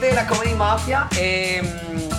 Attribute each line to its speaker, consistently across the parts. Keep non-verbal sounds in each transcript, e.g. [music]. Speaker 1: de la Comedy Mafia. Eh,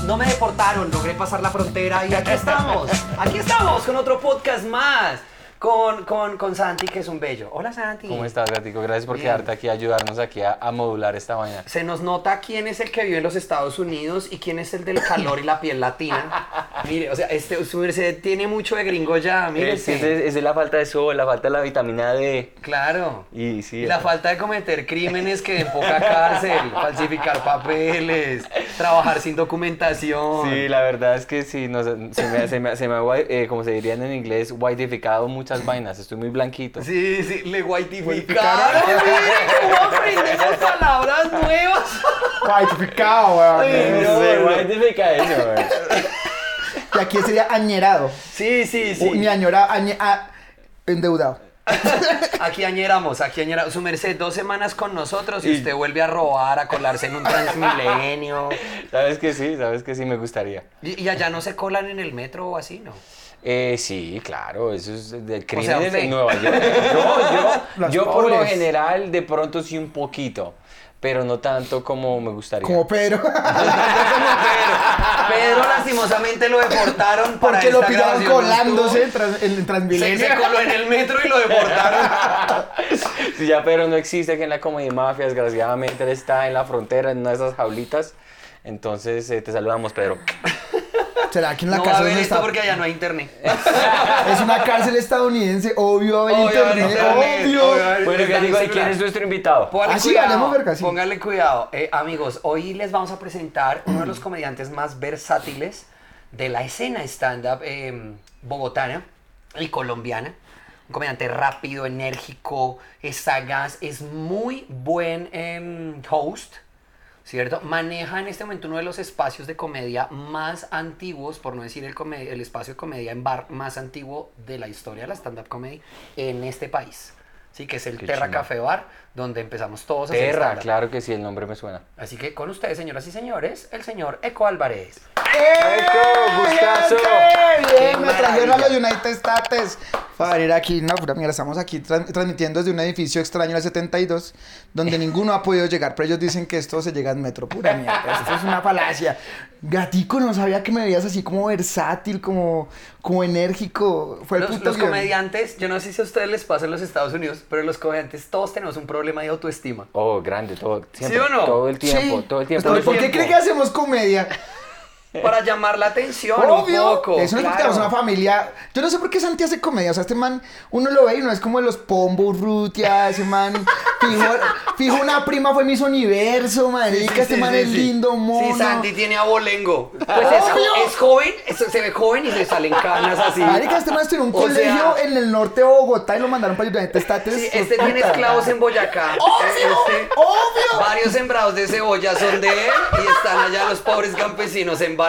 Speaker 1: no me deportaron, logré pasar la frontera y aquí estamos. Aquí estamos con otro podcast más. Con, con, con Santi, que es un bello. Hola, Santi.
Speaker 2: ¿Cómo estás, Gatico? Gracias por
Speaker 1: Bien.
Speaker 2: quedarte aquí, ayudarnos aquí a, a modular esta mañana.
Speaker 1: Se nos nota quién es el que vive en los Estados Unidos y quién es el del calor y la piel latina.
Speaker 3: [laughs]
Speaker 1: Mire, o sea, este, su merced tiene mucho de gringo ya, mire.
Speaker 3: Es, es- es de la falta de sol, la falta de la vitamina D.
Speaker 1: Claro.
Speaker 3: Y sí,
Speaker 1: Y la
Speaker 3: eh,
Speaker 1: falta de cometer crímenes que den poca cárcel, [laughs] falsificar papeles, trabajar sin documentación.
Speaker 2: Sí, la verdad es que sí, no sé, se me, se me- se me ha guay- eh, como se dirían en inglés, whiteificado [laughs] muchas vainas, estoy muy blanquito.
Speaker 1: Sí, sí, le guaitificaron.
Speaker 4: Guaitificaron.
Speaker 1: Miren cómo aprendemos palabras nuevas.
Speaker 4: Cualificado, weón.
Speaker 1: Ay,
Speaker 4: Es-
Speaker 1: no.
Speaker 2: [laughs] Sí,
Speaker 1: bueno.
Speaker 2: whiteifica eso, güey.
Speaker 4: Y aquí sería añerado.
Speaker 1: Sí, sí,
Speaker 4: O Ni
Speaker 1: sí.
Speaker 4: añorado, añe- a- endeudado.
Speaker 1: Aquí añéramos, aquí añéramos. Su merced, dos semanas con nosotros y,
Speaker 2: Y-
Speaker 1: usted vuelve a robar, a colarse en un transmilenio.
Speaker 2: Sabes que sí, sabes que sí, me gustaría.
Speaker 1: Y, y allá no se colan en el metro o así, ¿no?
Speaker 2: Eh, sí, claro, eso es de
Speaker 1: sea,
Speaker 2: crimen en-
Speaker 1: usted.
Speaker 2: en
Speaker 1: [laughs]
Speaker 2: Nueva York. Yo, yo,
Speaker 4: Las
Speaker 2: yo por lo
Speaker 4: pobres.
Speaker 2: general, de pronto sí un poquito, pero no tanto como me gustaría.
Speaker 4: Como Pedro.
Speaker 1: Pedro lastimosamente lo deportaron para
Speaker 4: Porque lo
Speaker 1: esta
Speaker 4: pillaron
Speaker 1: grabación, ¿no estuvo?
Speaker 4: colándose en, trans- en- en
Speaker 1: Se,
Speaker 4: Transmilenio.
Speaker 1: se coló en el metro y lo deportaron.
Speaker 2: [laughs] Si ya Pedro no existe aquí en la Comedia Mafia, desgraciadamente él está en la frontera, en una de esas jaulitas. Entonces eh, te saludamos, Pedro.
Speaker 4: ¿Será que en la
Speaker 1: No va a
Speaker 4: cárcel
Speaker 1: haber
Speaker 4: no
Speaker 1: esto
Speaker 4: está?
Speaker 1: porque allá no hay internet.
Speaker 4: Es una cárcel estadounidense, obvio va a haber
Speaker 1: Obvio va a haber internet,
Speaker 4: internet,
Speaker 1: obvio va a
Speaker 4: obvio.
Speaker 1: haber-
Speaker 2: Bueno,
Speaker 1: está
Speaker 2: ¿qué
Speaker 1: mi
Speaker 2: digo? ¿Y
Speaker 1: celular.
Speaker 2: quién es nuestro invitado?
Speaker 1: Póngale
Speaker 4: Ah, sí,
Speaker 1: cuidado,
Speaker 4: hablemos verga, sí.
Speaker 1: póngale cuidado. Eh, amigos, hoy les vamos a presentar uno de los comediantes más versátiles de la escena stand-up eh, bogotana y colombiana. Un comediante rápido, enérgico, es sagaz, es muy buen em, host, ¿cierto? Maneja en este momento uno de los espacios de comedia más antiguos, por no decir el, come- el espacio de comedia en bar más antiguo de la historia de la stand-up comedy en este país. Sí, que es el
Speaker 2: Qué
Speaker 1: Terra
Speaker 2: chimba.
Speaker 1: Café Bar, donde empezamos todos a hacer
Speaker 2: Terra,
Speaker 1: stand-up.
Speaker 2: claro que sí, el nombre me suena.
Speaker 1: Así que con ustedes, señoras y señores, el señor Eco Álvarez.
Speaker 2: ¡Eco, gustazo!
Speaker 4: gente!
Speaker 1: ¡Qué
Speaker 4: Bien, me trajeron a los
Speaker 1: maravilla!
Speaker 4: United States para venir aquí. No, pero mira, estamos aquí tran- transmitiendo desde un edificio extraño en el 72,
Speaker 2: [laughs]
Speaker 4: donde ninguno ha podido llegar, pero ellos dicen que esto se llega en metro. Pura mierda, esto es una falacia. Gatico, no sabía que me veías así como versátil, como, como enérgico. Fue el
Speaker 1: Los,
Speaker 4: puto
Speaker 1: los
Speaker 4: guión.
Speaker 1: comediantes, yo no sé si a ustedes les pasa en los Estados Unidos, pero los comediantes todos tenemos un problema de autoestima.
Speaker 2: Oh, grande, todo, siempre,
Speaker 1: ¿Sí o no?
Speaker 2: todo el
Speaker 4: Sí.
Speaker 2: tiempo, todo el tiempo.
Speaker 4: Pero,
Speaker 2: [laughs]
Speaker 4: ¿Por qué
Speaker 1: tiempo.
Speaker 4: creen que hacemos comedia?
Speaker 1: Para llamar la atención un
Speaker 4: Obvio.
Speaker 1: poco.
Speaker 4: Eso no es porque
Speaker 1: claro.
Speaker 4: tenemos una familia. Yo no sé por qué Santi hace comedia. O sea, este man, uno lo ve y no es como de los pombos, rutia, ese man. Fijo, fijo una prima fue Miss Universo, marica.
Speaker 1: Sí,
Speaker 4: este
Speaker 1: sí,
Speaker 4: man
Speaker 1: sí,
Speaker 4: es
Speaker 1: sí.
Speaker 4: lindo, mono.
Speaker 1: Sí, Santi tiene abolengo. Pues es, jo-
Speaker 4: Obvio.
Speaker 1: es joven, es- se ve joven y se salen canas así.
Speaker 4: Marica, este man estuvo en un
Speaker 1: O sea,
Speaker 4: colegio en el norte de Bogotá y lo mandaron para United States.
Speaker 1: sí, este tiene esclavos en Boyacá. Este-
Speaker 4: ¡Obvio!
Speaker 1: Varios sembrados de cebolla son de él y están allá los pobres campesinos embalados.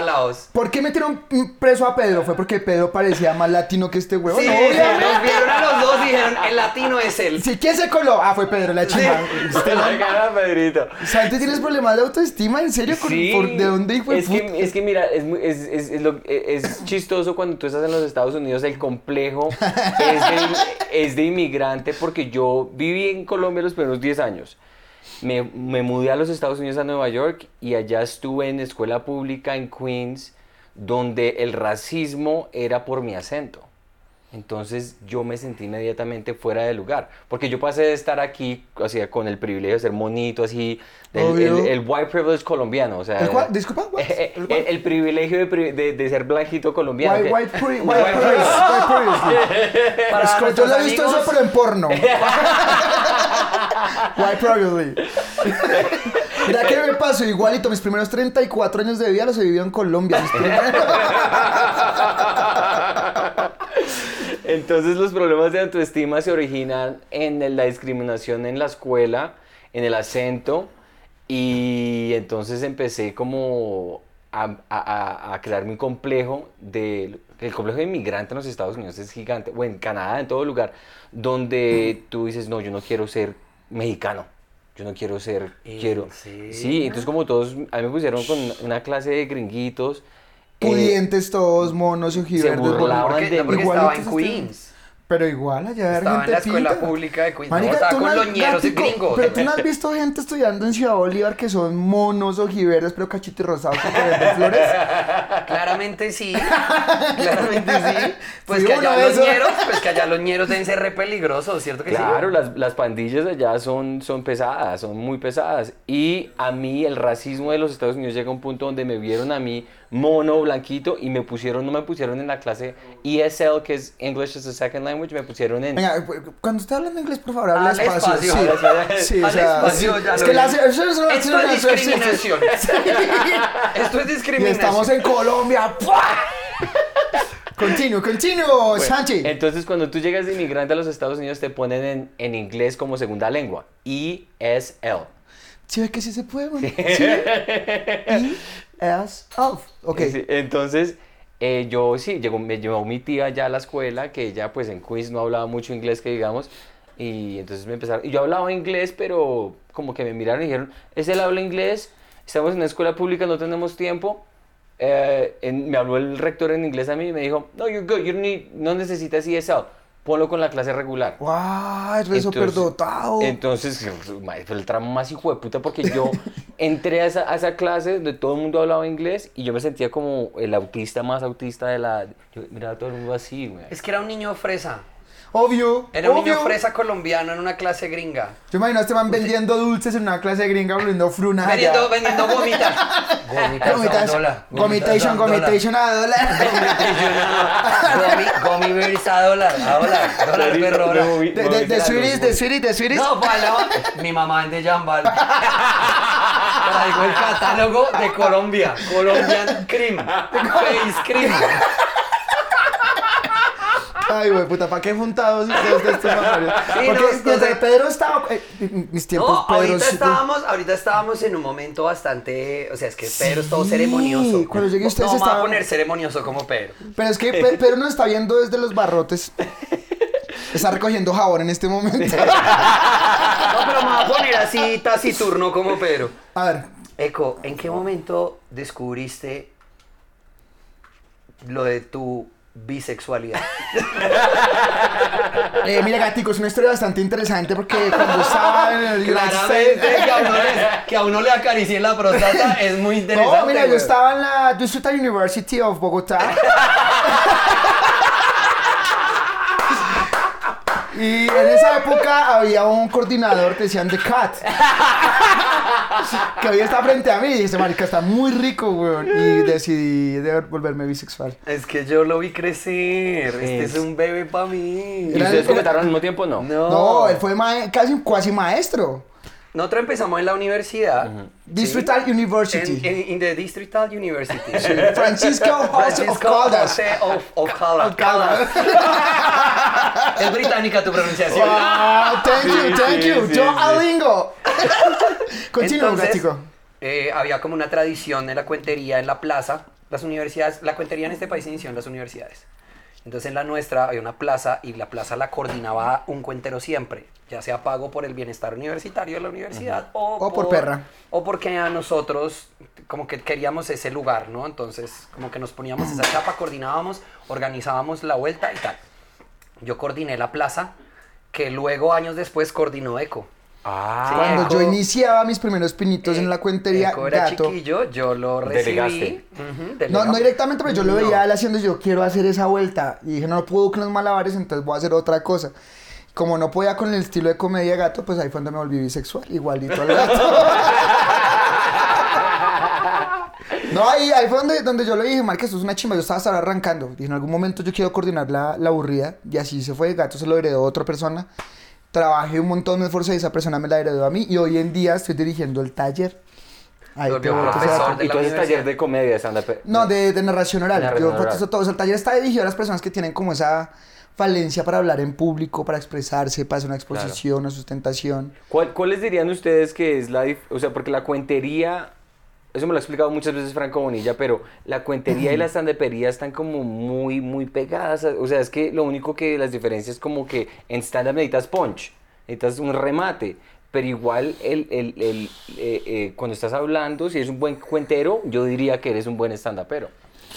Speaker 4: ¿Por qué metieron preso a Pedro? Fue porque Pedro parecía más latino que este huevo.
Speaker 1: Sí,
Speaker 4: no,
Speaker 1: nos vieron a los dos y dijeron, el latino es él.
Speaker 4: Sí, ¿quién se coló? Ah, fue Pedro, la chingada. Este man-
Speaker 2: Cara, Pedrito.
Speaker 4: Santi, ¿tienes problemas de autoestima? ¿En serio? ¿Con-
Speaker 2: Sí.
Speaker 4: por- ¿De dónde hijo de
Speaker 2: es
Speaker 4: puta?
Speaker 2: que, es que mira, es, muy- es, es- es lo- e, es chistoso cuando tú estás en los Estados Unidos, el complejo es de, es de inmigrante, porque yo viví en Colombia los primeros 10 años. Me, me mudé a los Estados Unidos, a Nueva York, y allá estuve en escuela pública en Queens, donde el racismo era por mi acento. Entonces yo me sentí inmediatamente fuera de lugar, porque yo pasé de estar aquí, o sea, con el privilegio de ser monito, así, del-
Speaker 4: Obvio.
Speaker 2: el- el white privilege colombiano, o sea,
Speaker 4: ¿El
Speaker 2: [laughs]
Speaker 4: cuál? Disculpa, what?
Speaker 2: eh, eh, el, el privilegio de, pri- de- de ser blanquito colombiano.
Speaker 4: White,
Speaker 2: que-
Speaker 4: white, pri- white privilege, white privilege.
Speaker 1: [laughs] Para
Speaker 4: Es que yo
Speaker 1: nuestros
Speaker 4: lo he visto eso,
Speaker 1: amigos-
Speaker 4: pero en
Speaker 1: [laughs]
Speaker 4: porno. white privilege. Mira que me pasó igualito. Mis primeros 34 años de vida los he vivido en Colombia.
Speaker 1: [laughs]
Speaker 4: mis primeros-
Speaker 2: Entonces los problemas de autoestima se originan en el- la discriminación en la escuela, en el acento, y entonces empecé como a, a- a- a crearme un complejo de... El complejo de inmigrante en los Estados Unidos es gigante, o en Canadá, en todo lugar, donde tú dices, no, yo no quiero ser mexicano, yo no quiero ser,
Speaker 1: ¿En
Speaker 2: quiero...
Speaker 1: serio?
Speaker 2: Sí, entonces como todos, a mí me pusieron con una clase de gringuitos. eh,
Speaker 4: Pudientes todos, monos,
Speaker 2: se
Speaker 4: ojiverdes.
Speaker 2: burlaban
Speaker 1: Porque,
Speaker 2: de
Speaker 1: no, porque
Speaker 2: mí.
Speaker 4: Igual
Speaker 1: estaba en
Speaker 4: entonces
Speaker 1: Queens.
Speaker 4: Pero igual
Speaker 1: Estaba
Speaker 4: allá era
Speaker 1: en
Speaker 4: gente
Speaker 1: la escuela
Speaker 4: pinta.
Speaker 1: pública de Quindío,
Speaker 4: Marica,
Speaker 1: estaba
Speaker 4: tú
Speaker 1: con
Speaker 4: no has-
Speaker 1: los ñeros y
Speaker 4: gatico,
Speaker 1: gringos.
Speaker 4: Pero tú no has visto gente estudiando en Ciudad Bolívar que son monos ojiverdes, pero cachitirrosados que te venden flores.
Speaker 1: Claramente
Speaker 4: [laughs]
Speaker 1: sí. Claramente sí. Pues
Speaker 4: Fui
Speaker 1: que
Speaker 4: uno
Speaker 1: allá
Speaker 4: de
Speaker 1: los
Speaker 4: esos.
Speaker 1: ñeros, pues que allá los ñeros deben ser re peligrosos, ¿cierto que
Speaker 2: Claro,
Speaker 1: sí?
Speaker 2: las, las pandillas allá son, son pesadas, son muy pesadas. Y a mí el racismo de los Estados Unidos llega a un punto donde me vieron a mí mono, blanquito, y me pusieron, no me pusieron en la clase ESL, que es English as a Second Language, me pusieron en...
Speaker 4: Venga, eh, cuando esté hablando inglés, por favor, habla
Speaker 1: Al
Speaker 4: despacio.
Speaker 1: espacio,
Speaker 4: sí,
Speaker 1: al espacio.
Speaker 4: sí, o
Speaker 1: Al
Speaker 4: sea,
Speaker 1: espacio,
Speaker 4: sí.
Speaker 1: ya
Speaker 4: es
Speaker 1: lo
Speaker 4: que
Speaker 1: vi.
Speaker 4: la eso- eso- eso-
Speaker 1: Esto es
Speaker 4: eso- eso- [laughs]
Speaker 1: discriminación.
Speaker 4: Sí.
Speaker 1: Esto es
Speaker 4: Y
Speaker 1: discriminación.
Speaker 4: estamos en Colombia.
Speaker 1: [laughs]
Speaker 4: ¡pua! Continuo, continuo, Sánchez.
Speaker 2: Pues, Entonces, cuando tú llegas de inmigrante a los Estados Unidos, te ponen en, en inglés como segunda lengua, E ESL.
Speaker 4: Sí, ve que sí se puede, man. Sí.
Speaker 1: [laughs]
Speaker 4: Y as off. Ok.
Speaker 2: Sí, entonces, eh, yo sí, llegó, me llevó mi tía ya a la escuela, que ella pues en Queens no hablaba mucho inglés, que digamos, y entonces me empezaron, y yo hablaba inglés, pero como que me miraron y dijeron, es él habla inglés, estamos en una escuela pública, no tenemos tiempo. Eh, en- me habló el rector en inglés a mí y me dijo, no, you're good, you don't need- no necesitas ESL, ponlo con la clase regular.
Speaker 4: Wow, es re superdotado.
Speaker 2: Entonces, ma- fue el tramo más hijo de puta porque yo [laughs] entré a esa, a esa clase donde todo el mundo hablaba inglés y yo me sentía como el autista más autista de la... Yo miraba a todo el mundo así, güey.
Speaker 1: Es que era un niño fresa.
Speaker 4: Obvio.
Speaker 1: Era un niño
Speaker 4: obvio.
Speaker 1: fresa colombiano en una clase gringa.
Speaker 4: Yo imagino a este man vendiendo dulces en una clase gringa, volviendo frunas. allá.
Speaker 1: Vendiendo, vendiendo gomitas. Gomitas a un dólar.
Speaker 4: Ah, Gomitas- Gomitation,
Speaker 1: a un dólar.
Speaker 4: gomitation a
Speaker 1: [laughs]
Speaker 4: dólar.
Speaker 1: Gomi, gomi bears a dólar. A dólar. Dólar
Speaker 2: Ahorita
Speaker 1: perro.
Speaker 2: me
Speaker 1: ahora.
Speaker 2: moví.
Speaker 4: De, de, de Sweeties, de Sweeties, de Sweeties.
Speaker 1: No, para la- Mi mamá es de Jambal. Traigo el catálogo de Colombia. Colombian Cream. Face Cream.
Speaker 4: Ay, güey, puta, ¿para qué juntados ustedes de estos manuales?
Speaker 1: Sí,
Speaker 4: Porque
Speaker 1: no, no
Speaker 4: desde
Speaker 1: sé.
Speaker 4: Pedro estaba. eh, mis
Speaker 1: No,
Speaker 4: tiempos, Pedro.
Speaker 1: ahorita
Speaker 4: sí,
Speaker 1: estábamos, ahorita estábamos en un momento bastante. O sea, es que Pedro es todo
Speaker 4: Sí,
Speaker 1: ceremonioso.
Speaker 4: cuando llegué
Speaker 1: No,
Speaker 4: ustedes
Speaker 1: No, me va a
Speaker 4: estaban-
Speaker 1: poner ceremonioso como Pedro.
Speaker 4: Pero es que Pe- Pedro nos está viendo desde los barrotes. Está recogiendo jabón en este momento.
Speaker 1: No, pero me va a poner así taciturno como Pedro.
Speaker 4: A ver,
Speaker 1: Eco, ¿en qué momento descubriste lo de tu bisexualidad?
Speaker 4: eh, mira, gatico, es una historia bastante interesante porque cuando estaba en [laughs] el United
Speaker 1: Claramente
Speaker 4: States-
Speaker 1: que a uno le, que a uno le acaricie la próstata es muy interesante.
Speaker 4: No, mira, yo
Speaker 1: güey.
Speaker 4: estaba en la Jesuita University
Speaker 1: [laughs]
Speaker 4: of Bogotá. Y en esa época había un coordinador que decían The Cat. Que hoy está frente a mí y dice, marica, está muy rico, weón. Y decidí de volverme bisexual.
Speaker 1: Es que yo lo vi crecer. Este
Speaker 2: Es-
Speaker 1: es un bebé para mí.
Speaker 2: ¿Y
Speaker 4: Era-
Speaker 2: ustedes
Speaker 4: era-
Speaker 2: comentaron al mismo tiempo? No.
Speaker 1: No.
Speaker 4: No, él fue mae- casi cuasi maestro.
Speaker 1: Nosotros empezamos en la universidad.
Speaker 4: Distrital University.
Speaker 1: En, en- in the Distrital University.
Speaker 4: Francisco José of
Speaker 1: Francisco
Speaker 4: Caldas.
Speaker 1: José of, of Caldas. Es británica tu pronunciación.
Speaker 4: Wow, thank you,
Speaker 2: Sí,
Speaker 4: thank
Speaker 2: sí,
Speaker 4: you.
Speaker 2: sí,
Speaker 4: Yo
Speaker 2: sí.
Speaker 4: alingo. Continúa,
Speaker 1: Entonces,
Speaker 4: gatico.
Speaker 1: eh, había como una tradición de la cuentería en la plaza. Las universidades, la cuentería en este país se inició en las universidades. Entonces en la nuestra había una plaza y la plaza la coordinaba un cuentero siempre, ya sea pago por el bienestar universitario de la universidad o,
Speaker 4: O por perra.
Speaker 1: O porque a nosotros como que queríamos ese lugar, ¿no? Entonces como que nos poníamos esa chapa, coordinábamos, organizábamos la vuelta y tal. Yo coordiné la plaza, que luego años después coordinó ECO.
Speaker 2: Ah,
Speaker 1: Sí,
Speaker 4: Cuando
Speaker 1: Eco-
Speaker 4: yo iniciaba mis primeros pinitos en la cuentería,
Speaker 1: Eco era
Speaker 4: gato.
Speaker 1: chiquillo, yo lo recibí.
Speaker 2: Delegaste.
Speaker 1: Ujú,
Speaker 4: No,
Speaker 1: delegamos.
Speaker 4: no directamente, pero yo lo veía
Speaker 1: No.
Speaker 4: a él haciendo, yo quiero hacer esa vuelta. Y dije, no, no puedo con los malabares, entonces voy a hacer otra cosa. Como no podía con el estilo de comedia de gato, pues ahí fue donde me volví bisexual, igualito al gato. [laughs] No, ahí, ahí fue donde, donde yo le dije, Marca, esto es una chimba, yo estaba hasta ahora arrancando. Dije, en algún momento yo quiero coordinar la, la aburrida. Y así se fue, el gato se lo heredó a otra persona. Trabajé un montón, me esforcé y esa persona me la heredó a mí. Y hoy en día estoy dirigiendo el taller. Ahí
Speaker 1: Volvió
Speaker 4: te voy a
Speaker 2: Ah,
Speaker 1: profesor
Speaker 4: empezar.
Speaker 1: de
Speaker 2: y
Speaker 1: la
Speaker 2: tú haces
Speaker 1: universidad.
Speaker 2: taller de comedia, stand-up.
Speaker 4: No, de, de narración oral.
Speaker 2: Narración
Speaker 4: Yo
Speaker 2: oral.
Speaker 4: contesto todo. O sea, el taller está dirigido a las personas que tienen como esa falencia para hablar en público, para expresarse, para hacer una exposición, una sustentación.
Speaker 2: ¿Cuál- ¿Cuáles dirían ustedes que es la... dif- O sea, porque la cuentería... Eso me lo ha explicado muchas veces Franco Bonilla, pero la cuentería y la standupería están como muy, muy pegadas. O sea, es que lo único que las diferencias es como que en stand-up necesitas punch, necesitas un remate. Pero igual, el, el- el, eh, eh, cuando estás hablando, si eres un buen cuentero, yo diría que eres un buen stand-upero.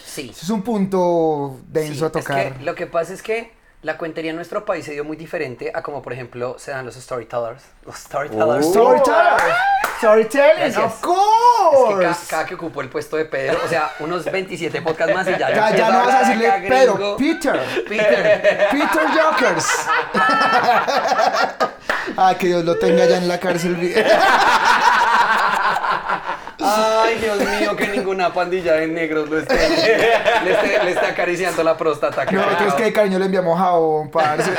Speaker 1: Sí.
Speaker 4: Ese es un punto
Speaker 1: sí,
Speaker 4: denso a
Speaker 1: es que
Speaker 4: tocar.
Speaker 1: lo que pasa es que La cuentería en nuestro país se dio muy diferente a como, por ejemplo, se dan los storytellers. Los storytellers.
Speaker 4: Storyteller. Storytelling,
Speaker 1: Gracias.
Speaker 4: of course.
Speaker 1: ¡Oh! Es que ca- cada, que ocupó el puesto de Pedro, o sea, unos 27 podcasts más y ya.
Speaker 4: ya, ya no vas a decirle
Speaker 1: Acá,
Speaker 4: Pedro,
Speaker 1: gringo.
Speaker 4: Peter.
Speaker 1: Peter.
Speaker 4: Peter Jokers.
Speaker 1: [laughs]
Speaker 4: Ay, que Dios lo tenga ya en la cárcel. [laughs]
Speaker 1: Ay, Dios mío, que ninguna pandilla de negros lo esté, le, esté, le esté acariciando la próstata. qué
Speaker 4: Nosotros
Speaker 1: pecado.
Speaker 4: que de cariño le enviamos jabón,
Speaker 1: [laughs]
Speaker 4: parce.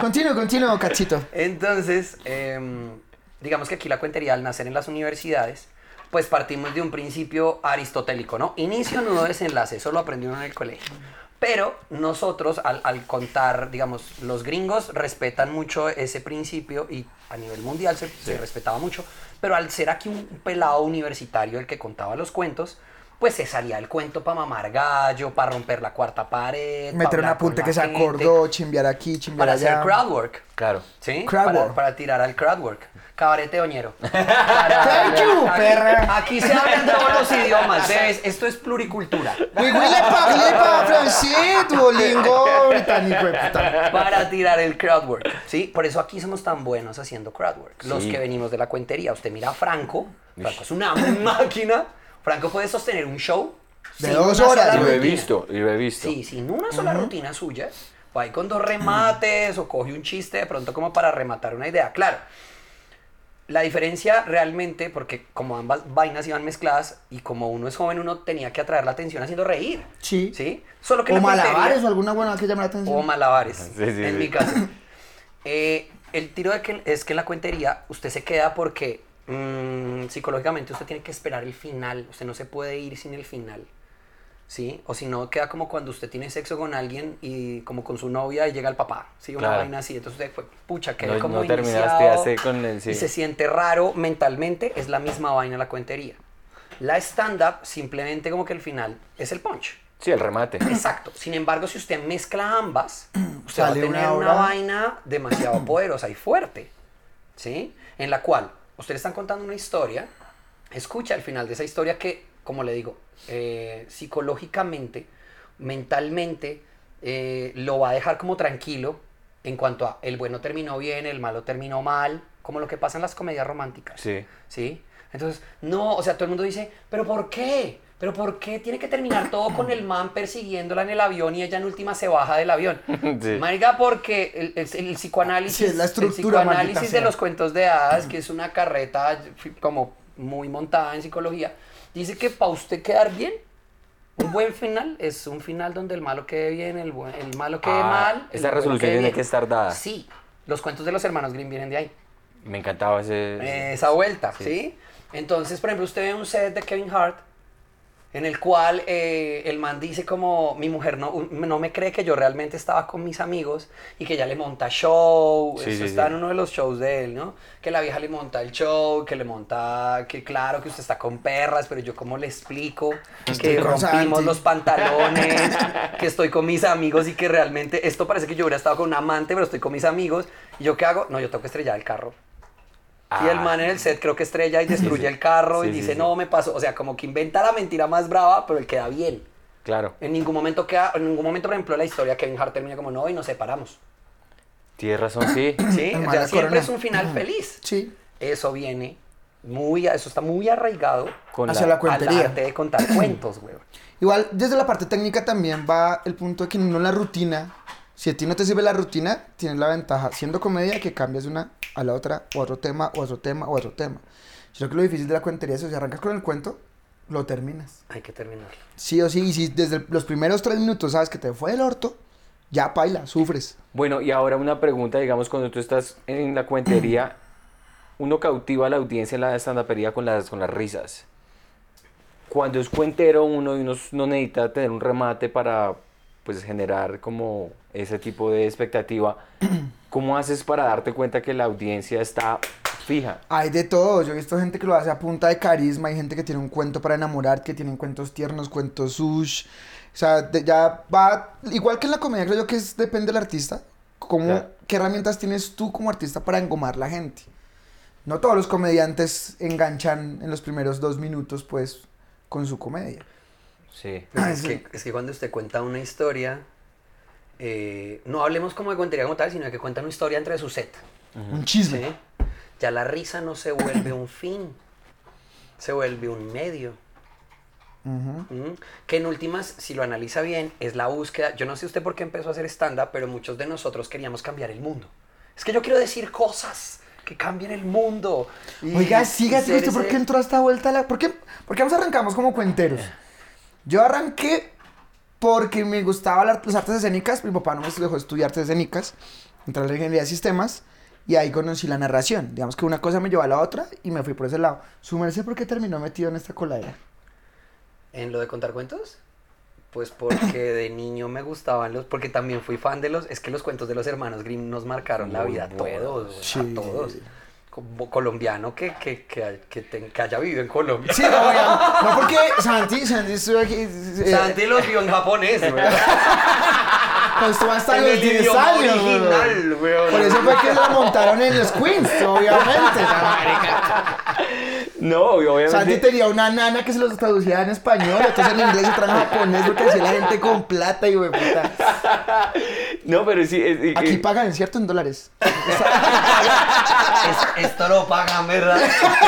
Speaker 4: Continúo, continúo, cachito.
Speaker 1: Entonces, em, digamos que aquí la cuentería al nacer en las universidades, pues partimos de un principio aristotélico, ¿no? Inicio, nudo, desenlace, eso lo aprendió uno en el colegio. Pero nosotros, al, al contar, digamos, los gringos respetan mucho ese principio y a nivel mundial se, se respetaba mucho, pero al ser aquí un pelado universitario el que contaba los cuentos, pues se salía el cuento para mamar gallo, para romper la cuarta pared. pa'
Speaker 4: Meter un
Speaker 1: hablar con
Speaker 4: apunte
Speaker 1: la
Speaker 4: que se
Speaker 1: gente,
Speaker 4: acordó, chimbear aquí, chimbear
Speaker 1: Para hacer
Speaker 4: allá.
Speaker 1: crowdwork.
Speaker 3: Claro.
Speaker 1: ¿Sí?
Speaker 4: Crowd
Speaker 1: para,
Speaker 4: work.
Speaker 1: para tirar al crowdwork. Cabarete
Speaker 4: [laughs]
Speaker 1: oñero. Para-
Speaker 4: Thank you,
Speaker 1: aquí,
Speaker 4: perra.
Speaker 1: Aquí se hablan todos los idiomas, ¿ves? Esto es pluricultura.
Speaker 4: Güey, güey, le pa, le pa, francés, duolingo, británico, de puta.
Speaker 1: Para tirar el crowdwork, ¿sí? Por eso aquí somos tan buenos haciendo crowdwork. Los que venimos de la cuentería. Usted mira a Franco. Franco es una máquina. Franco puede sostener un show.
Speaker 4: De
Speaker 1: sin
Speaker 4: dos
Speaker 1: una
Speaker 4: horas.
Speaker 1: sola
Speaker 2: Y
Speaker 4: Y
Speaker 2: lo he
Speaker 1: rutina.
Speaker 2: visto, y lo he visto.
Speaker 1: Sí, sin una sola rutina suya, va ahí con dos remates o coge un chiste de pronto como para rematar una idea. Claro, la diferencia realmente, porque como ambas vainas iban mezcladas y como uno es joven, uno tenía que atraer la atención haciendo reír.
Speaker 4: Sí.
Speaker 1: ¿Sí? Solo que
Speaker 4: O
Speaker 1: la puntería-
Speaker 4: malabares o alguna buena que llame la
Speaker 1: o
Speaker 4: atención.
Speaker 1: malabares,
Speaker 3: Sí, sí,
Speaker 1: en
Speaker 3: sí.
Speaker 1: mi caso. [laughs] Eh, el tiro de que, es que en la cuentería usted se queda porque mm, psicológicamente usted tiene que esperar el final, usted no se puede ir sin el final. ¿Sí? O si no, queda como cuando usted tiene sexo con alguien y como con su novia y llega el papá, ¿sí? Una
Speaker 3: Claro.
Speaker 1: vaina así, entonces usted fue, pucha, quedé
Speaker 3: No-
Speaker 1: como
Speaker 3: no terminaste
Speaker 1: iniciado
Speaker 3: hace con el- sí.
Speaker 1: y se siente raro mentalmente, es la misma vaina la cuentería. La stand-up simplemente como que el final es el punch.
Speaker 2: Sí, el remate.
Speaker 1: Exacto. Sin embargo, si usted mezcla
Speaker 4: [clears throat]
Speaker 1: ambas, usted va a
Speaker 4: Sale
Speaker 1: tener
Speaker 4: una
Speaker 1: una,
Speaker 4: obra-
Speaker 1: vaina
Speaker 4: [clears throat]
Speaker 1: demasiado poderosa y fuerte, ¿sí? En la cual ustedes están contando una historia, escucha al final de esa historia que, como le digo, eh, psicológicamente, mentalmente, eh, lo va a dejar como tranquilo en cuanto a el bueno terminó bien, el malo terminó mal, como lo que pasa en las comedias románticas.
Speaker 3: Sí.
Speaker 1: ¿sí? Entonces, no, o sea, todo el mundo dice, ¿pero por qué? ¿Pero por qué tiene que terminar todo con el man persiguiéndola en el avión y ella en última se baja del avión?
Speaker 3: [laughs] Sí.
Speaker 1: Marica, porque el, el- el psicoanálisis,
Speaker 4: Sí, es la estructura,
Speaker 1: el
Speaker 4: maldita
Speaker 1: psicoanálisis
Speaker 4: sea.
Speaker 1: de los cuentos de hadas, que es una carreta como muy montada en psicología, dice que para usted quedar bien, un buen final es un final donde el malo quede bien, el, buen- el malo quede
Speaker 3: Ah,
Speaker 1: mal. el
Speaker 3: esa
Speaker 1: bueno
Speaker 3: resolución
Speaker 1: quede
Speaker 3: tiene
Speaker 1: bien.
Speaker 3: que estar dada.
Speaker 1: Sí, los cuentos de los hermanos Grimm vienen de ahí
Speaker 3: Me encantaba ese.
Speaker 1: esa vuelta, sí. Entonces, por ejemplo, usted ve un set de Kevin Hart en el cual eh, el man dice como mi mujer no, un- no me cree que yo realmente estaba con mis amigos y que ya le monta show,
Speaker 3: Sí,
Speaker 1: eso
Speaker 3: sí,
Speaker 1: está
Speaker 3: sí.
Speaker 1: en uno de los shows de él, ¿no? Que la vieja le monta el show, que le monta, que claro, que usted está con perras, pero yo cómo le explico que
Speaker 4: con
Speaker 1: rompimos
Speaker 4: Santi.
Speaker 1: los pantalones, que estoy con mis amigos y que realmente esto parece que yo hubiera estado con un amante, pero estoy con mis amigos. ¿Y yo qué hago? No, yo tengo que estrellar el carro. Y el
Speaker 3: Ah.
Speaker 1: man en el set creo que estrella y destruye el carro y
Speaker 3: Sí, sí,
Speaker 1: dice,
Speaker 3: sí.
Speaker 1: no, me pasó. O sea, como que inventa la mentira más brava, pero él queda bien.
Speaker 3: Claro.
Speaker 1: En ningún momento queda, en ningún momento, por ejemplo, la historia Kevin Hart termina como, no, y nos
Speaker 4: [clears throat]
Speaker 1: separamos.
Speaker 3: Tienes razón, sí.
Speaker 1: ¿Sí?
Speaker 4: El
Speaker 1: O
Speaker 4: man
Speaker 1: sea,
Speaker 4: la
Speaker 1: siempre
Speaker 4: corona.
Speaker 1: es un
Speaker 4: [clears throat]
Speaker 1: final feliz.
Speaker 4: Sí.
Speaker 1: Eso viene muy, a- eso está muy arraigado
Speaker 3: Con
Speaker 4: Hacia la
Speaker 1: al
Speaker 4: cuentería.
Speaker 1: arte de
Speaker 4: [clears throat]
Speaker 1: contar cuentos, güey.
Speaker 4: Igual, desde la parte técnica también va el punto de que no la rutina. Si a ti no te sirve la rutina, tienes la ventaja, siendo comedia, que cambias de una a la otra, o a otro tema, o a otro tema, o a otro tema. Yo creo que lo difícil de la cuentería es, o si arrancas con el cuento, lo terminas.
Speaker 1: Hay que terminarlo.
Speaker 4: Sí o sí, y si desde los primeros tres minutos sabes que te fue el orto, ya paila, sufres.
Speaker 2: Bueno, y ahora una pregunta, digamos, cuando tú estás en la cuentería, [clears throat] uno cautiva a la audiencia en la estandapería con las, con las risas. Cuando es cuentero, uno, uno no necesita tener un remate para pues generar como ese tipo de expectativa. [clears throat] ¿Cómo haces para darte cuenta que la audiencia está fija?
Speaker 4: Hay de todo, yo he visto gente que lo hace a punta de carisma, hay gente que tiene un cuento para enamorar, que tienen cuentos tiernos, cuentos sush. O sea, de- ya va, igual que en la comedia, creo yo que es, depende del artista, cómo,
Speaker 2: Claro.
Speaker 4: qué herramientas tienes tú como artista para engomar la gente. No todos los comediantes enganchan en los primeros dos minutos, pues, con su comedia.
Speaker 3: Sí.
Speaker 1: Pues es,
Speaker 4: [laughs] Ah, sí.
Speaker 1: que, es que cuando usted cuenta una historia, eh, no hablemos como de cuentería como tal, sino de que cuentan una historia entre su set.
Speaker 4: Un chisme.
Speaker 1: ¿sí? Ya la risa no se vuelve un fin, se vuelve un medio.
Speaker 4: Ujú.
Speaker 1: ¿Mm? Que en últimas, si lo analiza bien, es la búsqueda. Yo no sé usted por qué empezó a hacer stand-up, pero muchos de nosotros queríamos cambiar el mundo. Es que yo quiero decir cosas que cambien el mundo. Y-
Speaker 4: Oiga,
Speaker 1: y
Speaker 4: sígate,
Speaker 1: ser
Speaker 4: ¿usted por
Speaker 1: ese-
Speaker 4: qué entró a esta vuelta? a La... ¿Por qué? ¿Por qué nos arrancamos como cuenteros?
Speaker 1: Eh.
Speaker 4: Yo arranqué porque me gustaban las artes escénicas. Mi papá no me dejó estudiar artes escénicas. Entré a la ingeniería de sistemas y ahí conocí la narración. Digamos que una cosa me llevó a la otra y me fui por ese lado. Sumerse porque terminó metido en esta coladera.
Speaker 1: ¿En lo de contar cuentos? Pues porque de niño me gustaban los, porque también fui fan de los, es que los cuentos de los hermanos Grimm nos marcaron la
Speaker 3: Muy
Speaker 1: vida a
Speaker 3: buenos.
Speaker 1: todos, güey,
Speaker 4: Sí.
Speaker 1: a todos. Como colombiano que, que, que, que, te- que haya vivido en Colombia.
Speaker 4: Sí, no, oiga, no porque Santi, Santi estuvo aquí. eh,
Speaker 1: [laughs] Santi los vio en japonés,
Speaker 4: [laughs]
Speaker 1: güey.
Speaker 4: Pues tú hasta
Speaker 1: En
Speaker 4: los
Speaker 1: el
Speaker 4: 10
Speaker 1: idioma
Speaker 4: años. weón.
Speaker 1: original, weón.
Speaker 4: Por eso fue que la montaron en los Queens, obviamente.
Speaker 2: No, obviamente.
Speaker 4: Santi tenía una nana que se los traducía en español, entonces en inglés se trajo
Speaker 2: [laughs]
Speaker 4: en japonés porque así la gente con plata y güey, puta.
Speaker 2: No, pero sí. es- es-
Speaker 4: Aquí
Speaker 2: es-
Speaker 4: pagan, ¿cierto? En dólares.
Speaker 1: Es- esto lo pagan, ¿verdad?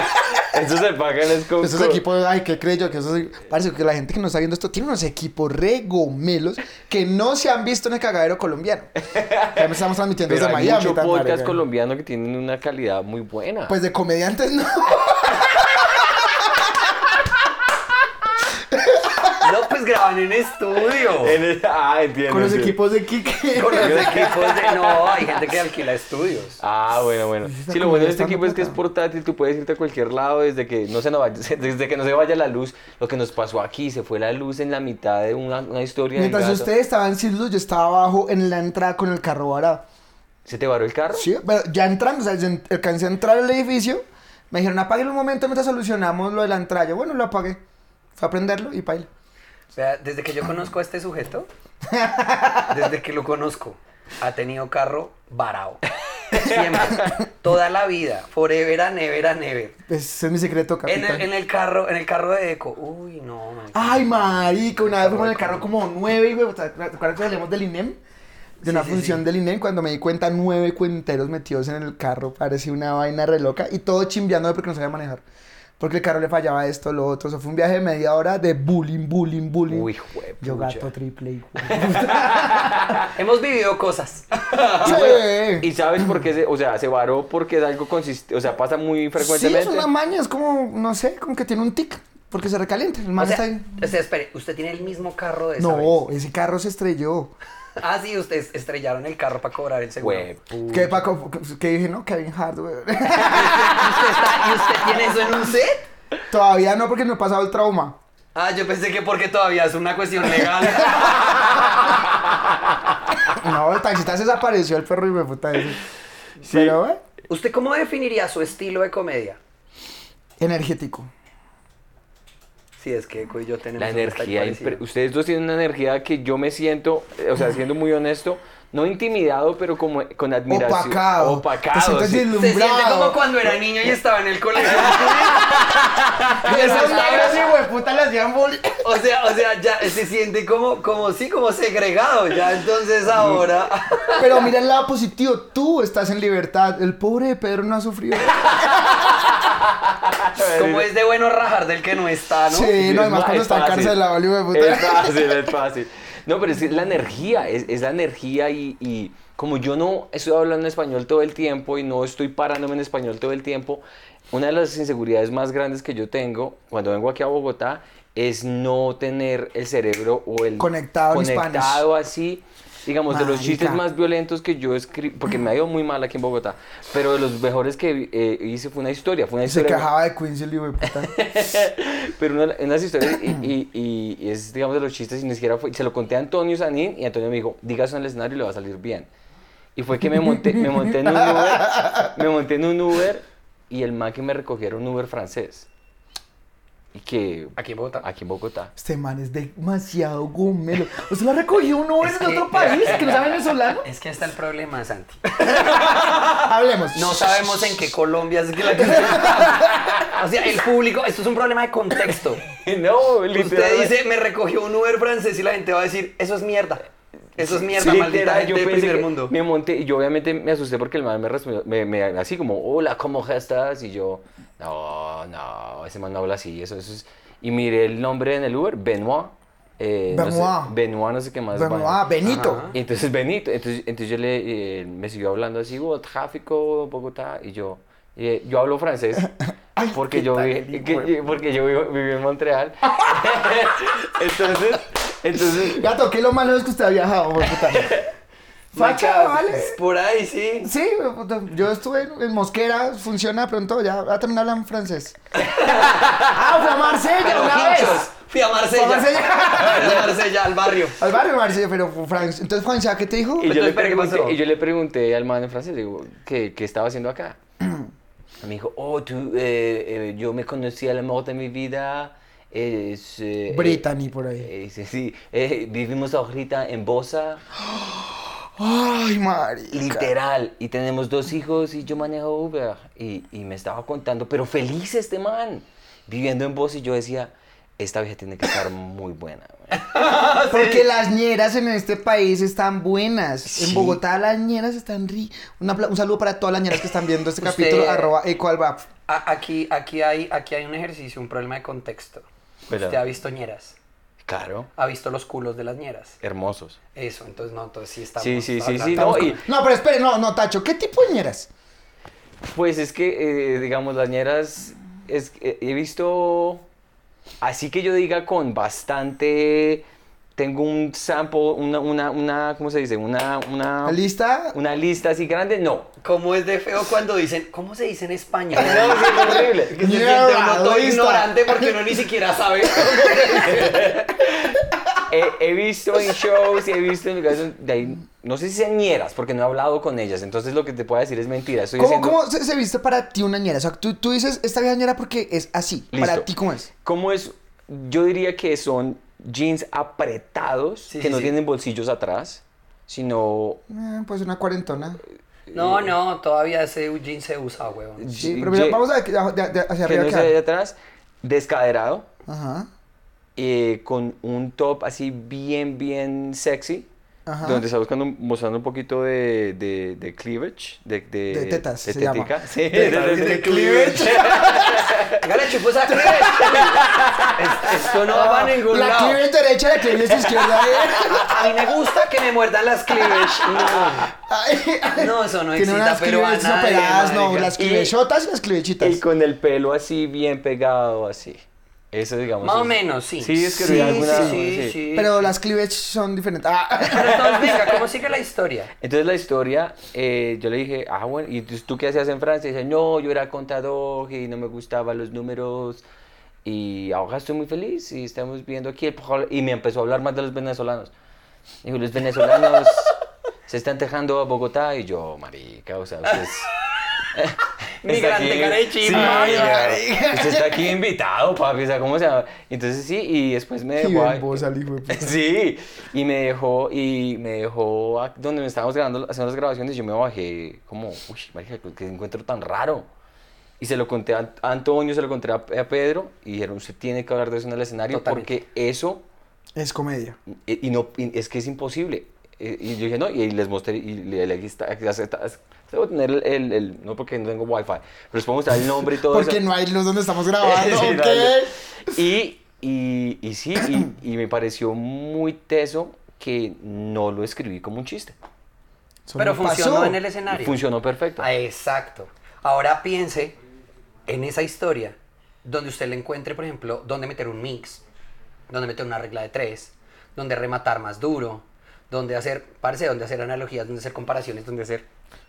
Speaker 1: [laughs]
Speaker 2: eso se paga en con,
Speaker 4: [laughs] Esos
Speaker 2: con-
Speaker 4: equipos, ay, ¿qué creo yo? Que esos, parece que la gente que no está viendo esto tiene unos equipos regomelos que no se han visto en el cagadero colombiano. Ya me estamos transmitiendo
Speaker 2: Pero
Speaker 4: desde
Speaker 2: hay
Speaker 4: Miami.
Speaker 2: mucho
Speaker 4: tan
Speaker 2: podcast
Speaker 4: marica.
Speaker 2: colombiano que tienen una calidad muy buena.
Speaker 4: Pues de comediantes
Speaker 2: [laughs]
Speaker 4: no.
Speaker 1: No, pues graban en estudio.
Speaker 2: En el- ah, entiendo.
Speaker 4: Con los
Speaker 2: entiendo.
Speaker 4: equipos de Kike.
Speaker 1: Con los equipos de. No, hay gente que alquila estudios.
Speaker 2: Ah, bueno, bueno.
Speaker 4: Esa
Speaker 2: Sí, lo bueno de este equipo
Speaker 4: comunidad
Speaker 2: es que es
Speaker 4: está
Speaker 2: portátil, tú puedes irte a cualquier lado desde que no se nos vaya, [laughs] desde que no se vaya la luz. Lo que nos pasó aquí, se fue la luz en la mitad de una, una historia. del
Speaker 4: Mientras
Speaker 2: gato.
Speaker 4: ustedes estaban sin luz, yo estaba abajo en la entrada con el carro varado.
Speaker 2: ¿Se te varó el carro?
Speaker 4: Sí, pero ya entrando, o sea, yo en- alcancé a entrar al edificio. Me dijeron, apáguelo un momento mientras solucionamos lo de la entrada. Yo, bueno, lo apagué. Fue a prenderlo y paila.
Speaker 1: O sea, desde que yo conozco a este sujeto, desde que lo conozco, ha tenido carro varao. Siempre. Toda la vida. Forever and ever and ever.
Speaker 4: Pues, Ese es mi secreto,
Speaker 1: En
Speaker 4: capitán.
Speaker 1: el, en el carro, en el carro de Eco. Uy, no, man.
Speaker 4: Ay, marica, una vez fuimos en el carro como nueve, güey. ¿Te acuerdas que salimos del INEM? De una
Speaker 1: Sí, sí,
Speaker 4: función
Speaker 1: sí.
Speaker 4: del INEM, cuando me di cuenta, nueve cuenteros metidos en el carro. Parecía una vaina re loca. Y todo chimbeando porque no sabía manejar. Porque el carro le fallaba esto, lo otro. Eso fue un viaje de media hora de bullying, bullying, bullying.
Speaker 2: Uy, juepucha.
Speaker 4: Yo gato triple, hijo.
Speaker 1: [laughs] Hemos vivido cosas.
Speaker 2: ¿Y sabes por qué? Se, o sea, se varó porque es algo consistente, o sea, pasa muy
Speaker 4: Sí,
Speaker 2: frecuentemente.
Speaker 4: es una maña, es como, no sé, como que tiene un tic, porque se recalienta. El man
Speaker 1: O sea,
Speaker 4: está ahí.
Speaker 1: o sea, espere, usted tiene el mismo carro de esa
Speaker 4: No,
Speaker 1: vez?
Speaker 4: ese carro se estrelló.
Speaker 1: Ah, sí, ustedes estrellaron el carro para cobrar el seguro.
Speaker 2: Juepucha.
Speaker 4: Que Paco, que dije, no, Kevin Hart, güey. [laughs]
Speaker 1: ¿Y usted, está- ¿Y usted tiene eso en un set?
Speaker 4: Todavía no, porque no he pasado el trauma.
Speaker 1: Ah, yo pensé que porque todavía es una cuestión legal.
Speaker 4: No, el taxista se desapareció el perro y me puta ese. Pero, güey,
Speaker 1: ¿Usted cómo definiría su estilo de comedia?
Speaker 4: energético.
Speaker 1: Si es que Eco y yo tenemos
Speaker 2: La
Speaker 1: un style
Speaker 2: energía,
Speaker 1: parecido.
Speaker 2: impre- ustedes dos tienen una energía que yo me siento, eh, o sea, siendo muy honesto, no intimidado, pero como con admiración.
Speaker 4: Opacado. Te
Speaker 2: Opacado.
Speaker 4: sientes
Speaker 2: sí.
Speaker 4: dilu-
Speaker 1: Se siente
Speaker 4: Alumbrado.
Speaker 1: como cuando era niño y estaba en el colegio.
Speaker 4: Y esos negros, hijo de puta, le hacían boli.
Speaker 1: [laughs] O sea, o sea, ya se siente como, como sí, como segregado. Ya entonces [laughs] ahora.
Speaker 4: [laughs] Pero mira el lado positivo, tú estás en libertad. El pobre de Pedro no ha sufrido.
Speaker 1: Como es de bueno rajar del que no está, ¿no?
Speaker 4: Sí, no, además
Speaker 2: más- es
Speaker 4: cuando está en
Speaker 2: fácil.
Speaker 4: cárcel, la hijo de
Speaker 2: Es
Speaker 4: puta.
Speaker 2: fácil, es fácil. No, pero es que la energía, es, es la energía y, y como yo no estoy hablando español todo el tiempo y no estoy parándome en español todo el tiempo, una de las inseguridades más grandes que yo tengo cuando vengo aquí a Bogotá es no tener el cerebro o el
Speaker 4: Conectado en Spanish.
Speaker 2: conectado así. Digamos, de los
Speaker 4: Marica.
Speaker 2: chistes más violentos que yo escribí, porque me ha ido muy mal aquí en Bogotá, pero de los mejores que eh, hice fue una historia, fue una
Speaker 4: Y se
Speaker 2: historia
Speaker 4: quejaba de Quincy, el hijo de puta.
Speaker 2: pero una, en las historias, y, y- y- y es, digamos, de los chistes, y ni siquiera fue, se lo conté a Antonio Sanín, y Antonio me dijo, digas en el escenario y le va a salir bien. Y fue que me monté, me monté en un Uber, me monté en un Uber, y el man que me recogió era un Uber francés. Y que...
Speaker 1: Aquí en Bogotá.
Speaker 2: Aquí en Bogotá. [laughs]
Speaker 4: Este man es demasiado gomelo. ¿Usted lo ha recogido un Uber
Speaker 1: Es
Speaker 4: en
Speaker 1: que-
Speaker 4: otro país que no sea
Speaker 1: [laughs]
Speaker 4: venezolano?
Speaker 1: Es que ahí está el problema, Santi. Ah,
Speaker 4: Hablemos.
Speaker 1: No sabemos en qué Colombia es que [laughs] la que usted está. O sea, el público, esto es un problema de contexto.
Speaker 2: no, literal.
Speaker 1: Usted dice, me recogió un Uber francés y la gente va a decir, eso es mierda. Eso es mierda, maldita
Speaker 2: literal,
Speaker 1: gente de
Speaker 2: pensé
Speaker 1: primer
Speaker 2: que
Speaker 1: mundo.
Speaker 2: Me monté y yo obviamente me asusté porque el man me respondió, me- me- así como, hola, ¿cómo estás? Y yo, no, no, ese man no habla así, eso, eso es... Y miré el nombre en el Uber, Benoit. eh, no sé,
Speaker 4: Benoit.
Speaker 2: Benoit, no sé qué más.
Speaker 4: Bueno,
Speaker 2: vaina.
Speaker 4: ah, Benito.
Speaker 1: Ajá.
Speaker 2: Y entonces Benito, entonces, entonces yo le, eh, me siguió hablando así, "Oh, tráfico, Bogotá, y yo, eh, yo hablo francés,
Speaker 4: [laughs] Ay,
Speaker 2: porque,
Speaker 4: qué
Speaker 2: yo,
Speaker 4: tal
Speaker 2: vi- [laughs]
Speaker 4: el
Speaker 2: que-
Speaker 4: hijo de-
Speaker 2: porque yo vivo- viví en Montreal. [laughs] entonces, entonces,
Speaker 4: Gato, ¿qué es lo malo es que usted ha viajado? por
Speaker 1: [laughs]
Speaker 4: puta? Facha, vale.
Speaker 2: por ahí sí.
Speaker 4: Sí, puta, yo estuve en, en Mosquera, funciona pronto, ya, ya también hablan
Speaker 1: [laughs]
Speaker 4: francés. ¡Ah, fue a Marsella una vez!
Speaker 1: Fui a Marsella.
Speaker 4: Fui a Marsella.
Speaker 1: [laughs] Fui a Marsella, al barrio.
Speaker 4: Al barrio Marsella, pero fue Francia. Entonces, Francia, ¿qué te dijo?
Speaker 2: Y yo, le
Speaker 1: Espera, ¿qué pasó?
Speaker 2: pregunté, y yo le pregunté al man en francés, digo, ¿qué, qué estaba haciendo acá? [clears throat] Me dijo, oh, tú, eh, eh, yo me conocí al amor de mi vida. Es, eh,
Speaker 4: Brittany, por ahí.
Speaker 2: eh, sí, sí, eh, vivimos ahorita en Bosa,
Speaker 4: Ay, marica.
Speaker 2: literal, y tenemos dos hijos y yo manejo Uber. Y, y me estaba contando, pero feliz este man, viviendo en Bosa. Y yo decía, esta vieja tiene que estar muy buena. güey".
Speaker 4: Porque las ñeras en este país están buenas. En
Speaker 2: Sí.
Speaker 4: Bogotá las ñeras están ri. Un, apla- un saludo para todas las ñeras que están
Speaker 2: [laughs]
Speaker 4: viendo este
Speaker 1: Usted-
Speaker 4: capítulo, arroba ecoalbap.
Speaker 1: A- aquí, aquí, hay, aquí hay un ejercicio, un problema de contexto.
Speaker 3: ¿Verdad?
Speaker 1: Usted ha visto ñeras.
Speaker 2: Claro,
Speaker 1: Ha visto los culos de las ñeras.
Speaker 3: Hermosos.
Speaker 1: Eso, entonces no, entonces sí estamos.
Speaker 2: Sí, sí, sí, sí,
Speaker 1: hablando-
Speaker 2: no, y-
Speaker 4: No, pero espere, no, no, Tacho, ¿qué tipo de ñeras?
Speaker 2: Pues es que, eh, digamos, las ñeras, es, eh, he visto, así que yo diga con bastante, tengo un sample, una, una, una ¿cómo se dice? Una, una,
Speaker 4: ¿La lista?
Speaker 2: una lista así grande, no. [laughs]
Speaker 1: ¿Cómo es de feo cuando dicen, ¿cómo se dice en España?
Speaker 4: [laughs]
Speaker 2: No, sí, es horrible.
Speaker 1: Que se siente
Speaker 4: Mierda,
Speaker 1: uno todo
Speaker 4: ¿dónde está?
Speaker 1: ignorante porque uno ni siquiera
Speaker 4: [laughs]
Speaker 1: sabe.
Speaker 2: He, he visto en shows y he visto en lugares de ahí, no sé si sean ñeras, porque no he hablado con ellas, entonces lo que te puedo decir es mentira. Estoy
Speaker 4: ¿Cómo,
Speaker 2: haciendo-
Speaker 4: cómo se, se viste para ti una ñera? O sea, tú, tú dices esta vieja ñera porque es así. Para
Speaker 2: Listo.
Speaker 4: ti, ¿cómo es?
Speaker 2: ¿Cómo es? Yo diría que son jeans apretados,
Speaker 1: Sí,
Speaker 2: que
Speaker 1: sí,
Speaker 2: no
Speaker 1: sí.
Speaker 2: tienen bolsillos atrás, sino
Speaker 4: Eh, pues una cuarentona.
Speaker 1: No, no, todavía ese jean se usa, [laughs] weón.
Speaker 4: Sí,
Speaker 2: Sí,
Speaker 4: pero mira,
Speaker 2: ye-
Speaker 4: vamos a, de- de- de- hacia
Speaker 2: que
Speaker 4: arriba.
Speaker 2: no
Speaker 4: acá.
Speaker 2: se ve atrás, descaderado,
Speaker 4: Ajá.
Speaker 2: eh, con un top así bien, bien sexy,
Speaker 4: Ajá.
Speaker 2: donde está buscando, mostrando un poquito de, de, de cleavage, de, de,
Speaker 4: De tetas,
Speaker 2: de
Speaker 4: se llama.
Speaker 2: tetica. [laughs] Sí,
Speaker 4: De- de-
Speaker 1: [laughs]
Speaker 4: de cleavage.
Speaker 1: Hágale chupos a Es- Esto no va a ningún
Speaker 4: La
Speaker 1: lado.
Speaker 4: cleavage derecha, la cleavage
Speaker 2: [laughs]
Speaker 4: izquierda. eh.
Speaker 1: A mí me gusta que me muerdan las [laughs] cleavage. No,
Speaker 4: Ay, ay.
Speaker 1: No, eso no
Speaker 4: Tiene
Speaker 1: excita,
Speaker 4: unas
Speaker 1: pero a
Speaker 4: cleavages
Speaker 1: nadie,
Speaker 4: operadas, no,
Speaker 1: marica.
Speaker 4: las
Speaker 2: Y-
Speaker 4: cleavechotas y las cleavechitas.
Speaker 2: Y con el pelo así bien pegado, así. Eso digamos.
Speaker 1: más o
Speaker 2: es-
Speaker 1: menos, sí.
Speaker 2: Sí, es que
Speaker 4: Sí,
Speaker 2: vi alguna-
Speaker 1: sí,
Speaker 2: sí.
Speaker 1: sí.
Speaker 4: Pero las cleavage son diferentes. Ah.
Speaker 1: Pero entonces, venga, ¿cómo sigue la historia?
Speaker 2: Entonces la historia, eh, yo le dije, ah, bueno, ¿y tú tú qué hacías en Francia? Y dice, no, yo era contador y no me gustaban los números. Y ahora estoy muy feliz y estamos viendo aquí el... pro- Y me empezó a hablar más de los venezolanos. Dijo, los venezolanos se están dejando a Bogotá. Y yo, marica, o sea, usted es... está
Speaker 1: Migrante
Speaker 2: aquí-
Speaker 1: carechi,
Speaker 2: Sí,
Speaker 1: marica.
Speaker 2: marica. Usted está aquí invitado, papi, o sea, ¿cómo se llama? Entonces sí, y después
Speaker 1: Eh,
Speaker 4: [laughs]
Speaker 2: me
Speaker 4: Y
Speaker 2: dejó... ahí-
Speaker 4: ven vos al hijo de puta.
Speaker 2: [laughs] Sí, y me dejó, y me dejó a- donde me estábamos grabando, haciendo las grabaciones, yo me bajé como, uy, marica, qué encuentro tan raro. Y se lo conté a a Antonio, se lo conté a, a Pedro, y dijeron, usted tiene que hablar de eso en el escenario,
Speaker 1: Totalmente.
Speaker 2: porque eso,
Speaker 4: Es comedia.
Speaker 2: y, y no, y es que es imposible. Eh, Y yo dije, no, y les mostré, y le, le- aquí está, aquí está- está- debo tener el, el- el- no porque no tengo wifi, pero les puedo mostrar el nombre y todo eso.
Speaker 4: Porque no hay luz
Speaker 1: [laughs]
Speaker 4: donde estamos grabando.
Speaker 2: [laughs] Sí,
Speaker 4: ¿ok?
Speaker 2: dale. Y, y, y sí, y, y me pareció muy teso que no lo escribí como un chiste.
Speaker 4: Eso
Speaker 1: Pero
Speaker 4: no
Speaker 1: funcionó
Speaker 4: pasó.
Speaker 1: en el escenario.
Speaker 2: Funcionó perfecto.
Speaker 1: Ah, exacto. Ahora piense en esa historia donde usted le encuentre, por ejemplo, donde meter un mix, donde meter una regla de tres, donde rematar más duro, donde hacer, parece, donde hacer analogías, donde hacer comparaciones, donde hacer.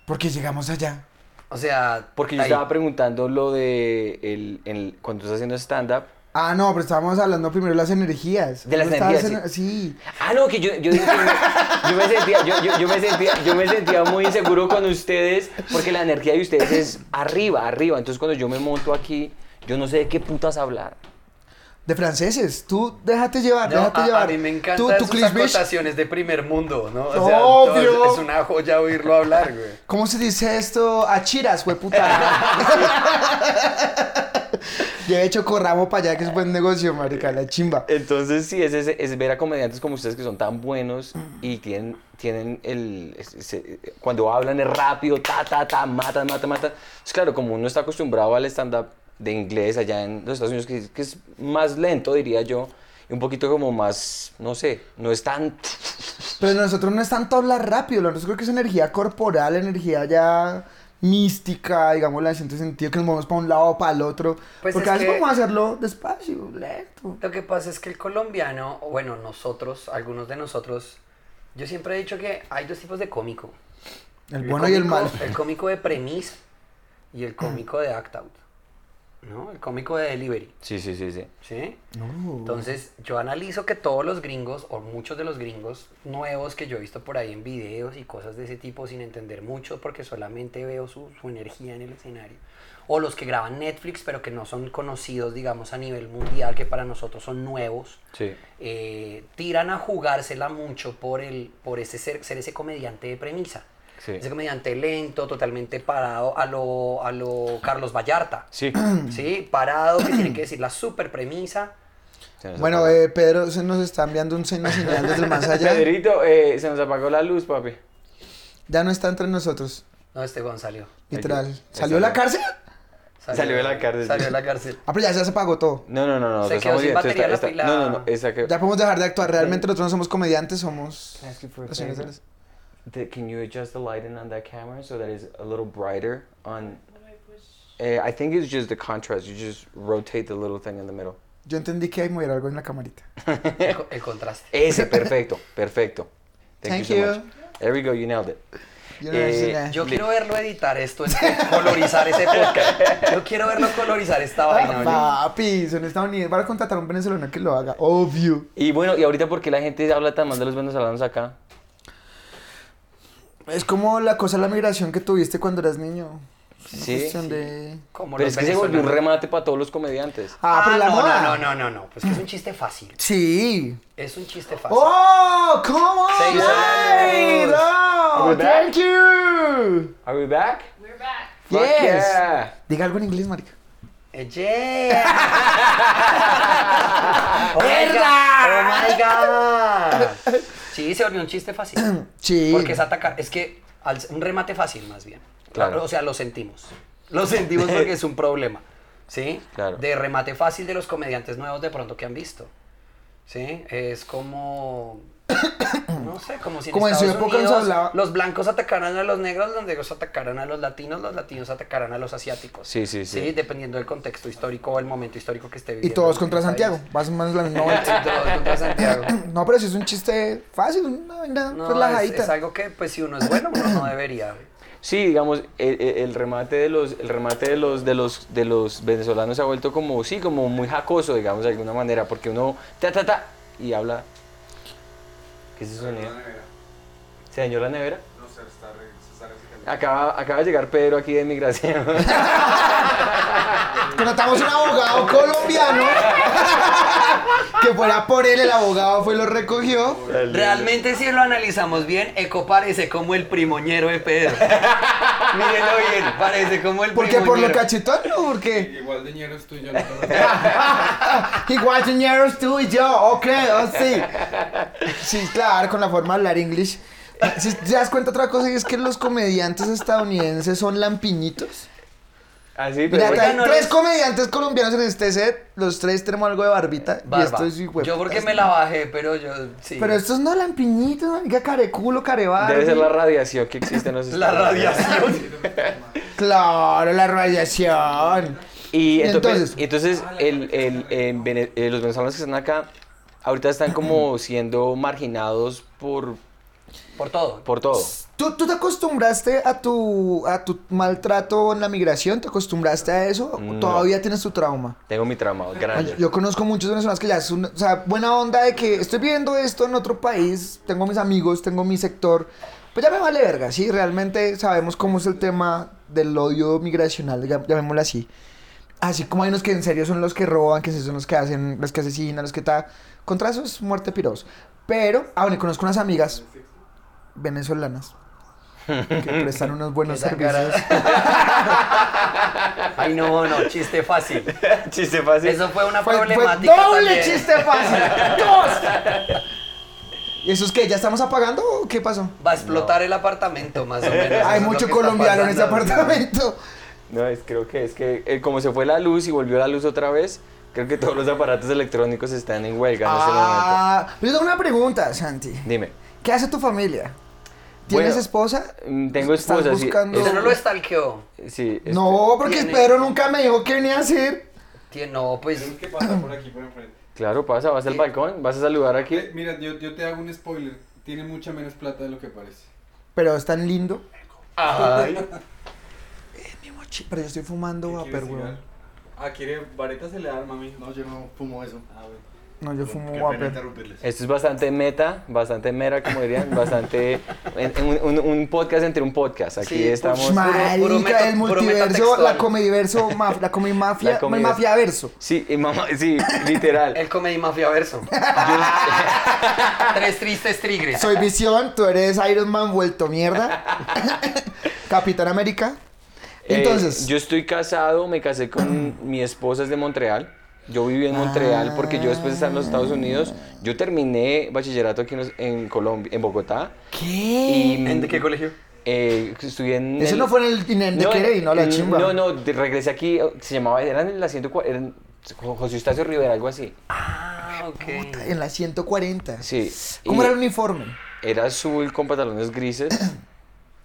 Speaker 4: Porque llegamos allá.
Speaker 1: O sea,
Speaker 2: Porque yo
Speaker 1: ahí.
Speaker 2: estaba preguntando lo de el, el- cuando estás haciendo stand-up.
Speaker 4: Ah, no, pero estábamos hablando primero de las energías.
Speaker 2: De las
Speaker 4: Vos estabas
Speaker 2: energías,
Speaker 4: en- Sí.
Speaker 2: Ah, no, que yo, yo, dije que me- yo me sentía, yo, yo- yo me sentía, yo me sentía muy inseguro con ustedes porque la energía de ustedes es arriba, arriba. Entonces cuando yo me monto aquí, yo no sé de qué putas hablar.
Speaker 4: De franceses. Tú déjate llevar,
Speaker 1: No,
Speaker 4: déjate
Speaker 1: a,
Speaker 4: llevar.
Speaker 1: a mí me encantan
Speaker 4: Tú, tú,
Speaker 1: sus
Speaker 4: Chris Bish,
Speaker 1: acotaciones de primer mundo, ¿no? O
Speaker 4: Obvio.
Speaker 1: todo es- Es una joya oírlo hablar, güey. [laughs]
Speaker 4: [laughs] ¿Cómo se dice esto? Achiras, güey, puta. Lleve chocorramo para allá, que es buen negocio, marica, la chimba.
Speaker 2: Entonces, sí, es, ese- es ver a comediantes como ustedes que son tan buenos y tienen, tienen el. es- se- cuando hablan es rápido, ta, ta, ta, matan, matan, matan. Es Pues claro, como uno está acostumbrado al stand-up de inglés allá en los Estados Unidos, que, es- que es más lento, diría yo, y un poquito como más, no sé, no es tan.
Speaker 4: Pero nosotros no es tanto hablar rápido, nosotros creo que es energía corporal, energía ya mística, digámoslo así, en cierto sentido, que nos movemos para un lado o para el otro.
Speaker 1: Pues es
Speaker 4: Porque a veces
Speaker 1: que-
Speaker 4: podemos hacerlo despacio, lento.
Speaker 1: Lo que pasa es que el colombiano, o bueno, nosotros, algunos de nosotros, yo siempre he dicho que hay dos tipos de cómico.
Speaker 4: El bueno y el
Speaker 1: cómico-
Speaker 4: malo. Ah.
Speaker 1: El cómico de premisa y el cómico de act out. ¿No? El cómico de delivery.
Speaker 3: Sí, sí, sí, sí.
Speaker 1: ¿Sí?
Speaker 4: No.
Speaker 1: Entonces, yo analizo que todos los gringos, o muchos de los gringos nuevos que yo he visto por ahí en videos y cosas de ese tipo, sin entender mucho, porque solamente veo su, su energía en el escenario. O los que graban Netflix, pero que no son conocidos, digamos, a nivel mundial, que para nosotros son nuevos,
Speaker 3: Sí.
Speaker 1: eh, tiran a jugársela mucho por, el, por ese ser, ser ese comediante de premisa.
Speaker 3: Sí.
Speaker 1: Ese comediante lento, totalmente parado a lo, a lo Carlos Vallarta. [clears throat]
Speaker 3: Sí.
Speaker 1: Sí, parado, que tiene que decir la super premisa.
Speaker 3: Se nos
Speaker 4: Bueno,
Speaker 3: apagó.
Speaker 4: eh, Pedro se nos está enviando un signo señal desde el más
Speaker 1: [laughs]
Speaker 4: allá.
Speaker 2: Pedrito, eh, se nos apagó la luz, papi.
Speaker 4: Ya no está entre nosotros,
Speaker 1: No, Esteban salió.
Speaker 4: literal.
Speaker 3: Ahí
Speaker 4: ¿Salió de la
Speaker 3: salió.
Speaker 4: cárcel?
Speaker 3: Salió de la cárcel.
Speaker 1: Salió de la cárcel.
Speaker 4: Ah, pero ya se apagó todo.
Speaker 3: No, no, no, no.
Speaker 1: Se
Speaker 3: estamos
Speaker 1: quedó sin
Speaker 3: bien,
Speaker 1: batería la
Speaker 3: está-
Speaker 1: pila.
Speaker 3: No, no, no. Esa que...
Speaker 4: Ya podemos dejar de actuar. Realmente nosotros no somos comediantes, somos...
Speaker 2: Can I ask you for a
Speaker 4: Así no
Speaker 2: favor?
Speaker 4: es.
Speaker 2: The- can you adjust the lighting on that camera so that it's a little brighter on? Eh, I think it's just the contrast. You just rotate the little thing in the middle.
Speaker 4: Yo entendí que hay mover algo en la camarita.
Speaker 1: El, co- el contraste.
Speaker 5: [laughs]
Speaker 2: Ese, perfecto, perfecto.
Speaker 4: Thank
Speaker 2: Thank, you,
Speaker 4: you.
Speaker 2: so much. There we go. You nailed it.
Speaker 4: Yo no
Speaker 2: Eh,
Speaker 4: sé nada.
Speaker 1: Yo quiero verlo editar esto, este, colorizar ese podcast. Yo quiero verlo colorizar esta vaina.
Speaker 4: Ah,
Speaker 1: oye.
Speaker 4: Papi, son estadounidenses. Van a contratar a un venezolano que lo haga. Obvio.
Speaker 2: Y bueno, y ahorita porque la gente habla tan mal de los venezolanos acá.
Speaker 4: Es como la cosa de la migración que tuviste cuando eras niño. Es una
Speaker 2: Sí,
Speaker 4: cuestión
Speaker 2: sí.
Speaker 4: de.
Speaker 1: Como
Speaker 2: Pero
Speaker 1: los
Speaker 2: es que se volvió un
Speaker 1: venezolanos.
Speaker 2: remate para todos los comediantes.
Speaker 4: Ah, pero la
Speaker 1: no,
Speaker 4: moda.
Speaker 1: no, no, no, no, no. Pues que es un chiste fácil.
Speaker 4: Sí.
Speaker 1: Es un chiste fácil.
Speaker 4: ¡Oh! ¿Cómo?
Speaker 1: Se hizo la
Speaker 4: Hey,
Speaker 1: luz.
Speaker 4: no.
Speaker 2: We're back.
Speaker 4: Oh, ¡Thank you!
Speaker 2: Are we back?
Speaker 5: We're back.
Speaker 2: Fuck
Speaker 4: Yes.
Speaker 2: yeah.
Speaker 4: Diga algo en inglés, marica.
Speaker 1: Eh, [laughs] yeah. oh my god. Oh my god. Sí, se volvió un chiste fácil.
Speaker 4: Sí.
Speaker 1: Porque es atacar, es que al- un remate fácil más bien.
Speaker 2: Claro.
Speaker 1: O sea, lo sentimos. Lo sentimos porque es un problema. ¿Sí?
Speaker 2: Claro.
Speaker 1: De remate fácil de los comediantes nuevos de pronto que han visto. ¿Sí? Es como... No sé, como si en
Speaker 4: Como en su
Speaker 1: Estados
Speaker 4: época se
Speaker 1: Unidos
Speaker 4: hablaba-
Speaker 1: los blancos atacaran a los negros, los negros atacaran a los latinos, los latinos atacaran a los asiáticos.
Speaker 3: Sí, sí, sí.
Speaker 1: Dependiendo del contexto histórico o el momento histórico que esté
Speaker 4: Y
Speaker 1: viviendo.
Speaker 4: todos
Speaker 1: el
Speaker 4: contra
Speaker 1: país.
Speaker 4: Santiago. Pues Vas más o
Speaker 1: [laughs]
Speaker 4: menos la misma
Speaker 1: Y
Speaker 4: vuelta.
Speaker 1: todos
Speaker 4: [laughs]
Speaker 1: contra Santiago.
Speaker 4: No, pero si es un chiste fácil, una vaina
Speaker 1: No, es,
Speaker 4: relajadita.
Speaker 1: es algo que, pues, si uno es bueno, uno
Speaker 4: [clears throat]
Speaker 1: no debería.
Speaker 2: Sí, digamos, el, el- el remate de los, el remate de los, de los, de los venezolanos se ha vuelto como, sí, como muy jacoso, digamos, de alguna manera, porque uno ta ta ta y habla. ¿Qué es ese sonido? ¿Se dañó la nevera? No, Acaba, acaba de llegar Pedro aquí de migración.
Speaker 4: Contratamos un abogado colombiano que fuera por él, el abogado fue y lo recogió.
Speaker 1: Realmente si lo analizamos bien, Eco parece como el primoñero de
Speaker 4: [laughs]
Speaker 1: Pedro. Mírenlo bien, parece como el
Speaker 4: ¿Por qué? ¿Por lo
Speaker 1: primoñero.
Speaker 4: cachetón o por qué?
Speaker 6: Igual de ñero es tuyo, no te lo
Speaker 4: Igual señores tú y yo, ok, oh, sí. Sí, claro, con la forma de hablar inglés. Si te das cuenta otra cosa y es que los comediantes estadounidenses son lampiñitos.
Speaker 2: Así, pero
Speaker 4: Mira,
Speaker 2: bueno,
Speaker 4: acá hay
Speaker 1: no
Speaker 4: tres
Speaker 1: les-
Speaker 4: colombianos en este set, los tres tenemos algo de barbita.
Speaker 1: Barba.
Speaker 4: Y esto es hijueputas.
Speaker 1: Yo porque me la bajé, pero yo sí.
Speaker 4: Pero estos no lampiñitos, diga careculo, carebar.
Speaker 2: debe ser la radiación que existe en los
Speaker 1: la
Speaker 2: Estados Unidos.
Speaker 1: radiación.
Speaker 4: [laughs] Claro, la radiación.
Speaker 2: Y entonces,
Speaker 4: Entonces-
Speaker 2: y entonces el, el- en Vene- eh, los venezolanos que están acá ahorita están como siendo marginados por,
Speaker 1: Por todo.
Speaker 2: por todo.
Speaker 4: ¿Tú, tú te acostumbraste a tu, a tu maltrato en la migración? ¿Te acostumbraste a eso? ¿O
Speaker 2: No.
Speaker 4: todavía tienes tu trauma?
Speaker 2: Tengo mi trama grande.
Speaker 4: Yo- Yo conozco muchos venezolanos que ya es una, o sea, buena onda de que estoy viendo esto en otro país, tengo mis amigos, tengo mi sector, pues ya me vale verga, sí, realmente sabemos cómo es el tema del odio migracional, llam- llamémoslo así. Así como hay unos que en serio son los que roban, que sí son los que hacen, los que asesinan, los que ta... Contra eso es muerte piros. Pero, ah, bueno, y conozco unas amigas venezolanas que prestan unos buenos
Speaker 1: Esa
Speaker 4: servicios.
Speaker 1: Ay, no, no, chiste fácil.
Speaker 2: [laughs] Chiste fácil.
Speaker 1: Eso fue una
Speaker 4: Fue, fue
Speaker 1: problemática
Speaker 4: doble
Speaker 1: también.
Speaker 4: chiste
Speaker 1: [laughs]
Speaker 4: fácil. ¡Dos! ¿Y eso es que ya estamos apagando o qué pasó?
Speaker 1: Va a explotar el apartamento, más o menos.
Speaker 4: Hay
Speaker 1: eso Pues, es lo
Speaker 4: mucho
Speaker 1: que está
Speaker 4: colombiano en ese
Speaker 1: pasando.
Speaker 4: apartamento.
Speaker 2: No, es, creo que es que eh, como se fue la luz y volvió la luz otra vez, creo que todos los aparatos electrónicos están en huelga en este momento.
Speaker 4: Ah, yo tengo una pregunta, Santi.
Speaker 2: Dime.
Speaker 4: ¿Qué hace tu familia? ¿Tienes
Speaker 2: Bueno,
Speaker 4: esposa?
Speaker 2: mm, Tengo
Speaker 4: ¿Estás
Speaker 2: esposa, sí.
Speaker 4: buscando-
Speaker 1: Usted no lo estalqueó.
Speaker 2: es- sí, es-
Speaker 4: No, porque
Speaker 1: este, tiene-
Speaker 4: Pedro nunca me dijo qué venía a hacer.
Speaker 1: Tie- No, pues.
Speaker 5: ¿Qué pasa por aquí, por enfrente?
Speaker 2: Claro, pasa, vas al
Speaker 1: Sí.
Speaker 2: balcón, vas a saludar aquí.
Speaker 5: Eh, mira, yo, yo te hago un spoiler. Tiene mucha menos plata de lo que parece.
Speaker 4: Pero es tan lindo.
Speaker 1: Ay.
Speaker 4: Mi mochi- Pero yo estoy fumando
Speaker 5: ¿Qué
Speaker 4: vapor,
Speaker 5: quieres,
Speaker 4: weón.
Speaker 5: cigarro? Ah, quiere vareta se le da arma, mijo.
Speaker 7: No, yo no fumo eso.
Speaker 5: Ah, bueno.
Speaker 4: No, yo fumo
Speaker 7: Qué pena
Speaker 4: vapor.
Speaker 7: interrumpirles.
Speaker 2: Esto es bastante meta, bastante mera, como dirían, bastante. en- en un, un- un podcast entre un podcast. Aquí
Speaker 1: Sí,
Speaker 2: estamos.
Speaker 1: puro-
Speaker 4: Marica,
Speaker 1: puro meta-
Speaker 4: el
Speaker 1: puro
Speaker 4: multiverso,
Speaker 1: metatextual.
Speaker 4: la comediverso, maf-
Speaker 1: [laughs]
Speaker 4: la comimafia,
Speaker 2: La
Speaker 4: el
Speaker 2: comediverso.
Speaker 4: mafiaverso.
Speaker 2: Sí, y mamá, sí, literal.
Speaker 1: [laughs] El comedy mafia
Speaker 4: [laughs]
Speaker 1: verso. [laughs] Tres tristes tigres.
Speaker 4: Soy Visión, tú eres Iron Man
Speaker 2: [laughs]
Speaker 4: vuelto mierda. Capitán América.
Speaker 2: Eh,
Speaker 4: Entonces,
Speaker 2: yo estoy casado, me casé
Speaker 4: [clears throat]
Speaker 2: con mi esposa es de Montreal. Yo viví en Montreal porque yo después de estar en los Estados Unidos, yo terminé bachillerato aquí en, los- en Colombia, en Bogotá.
Speaker 4: ¿qué?
Speaker 2: Y-
Speaker 1: ¿En de qué colegio?
Speaker 2: Eh, estudié en
Speaker 4: Eso
Speaker 2: el-
Speaker 4: no fue en el, en el de Kennedy, no, la
Speaker 2: en-
Speaker 4: chimba.
Speaker 2: No, no, de- regresé aquí, eh, se llamaba, eran en la 140, eran Jo- José Eustacio Rivera, algo así.
Speaker 1: Ah, ok.
Speaker 4: En la 140.
Speaker 2: Sí.
Speaker 4: ¿Cómo
Speaker 2: y
Speaker 4: era el uniforme?
Speaker 2: era azul con pantalones grises.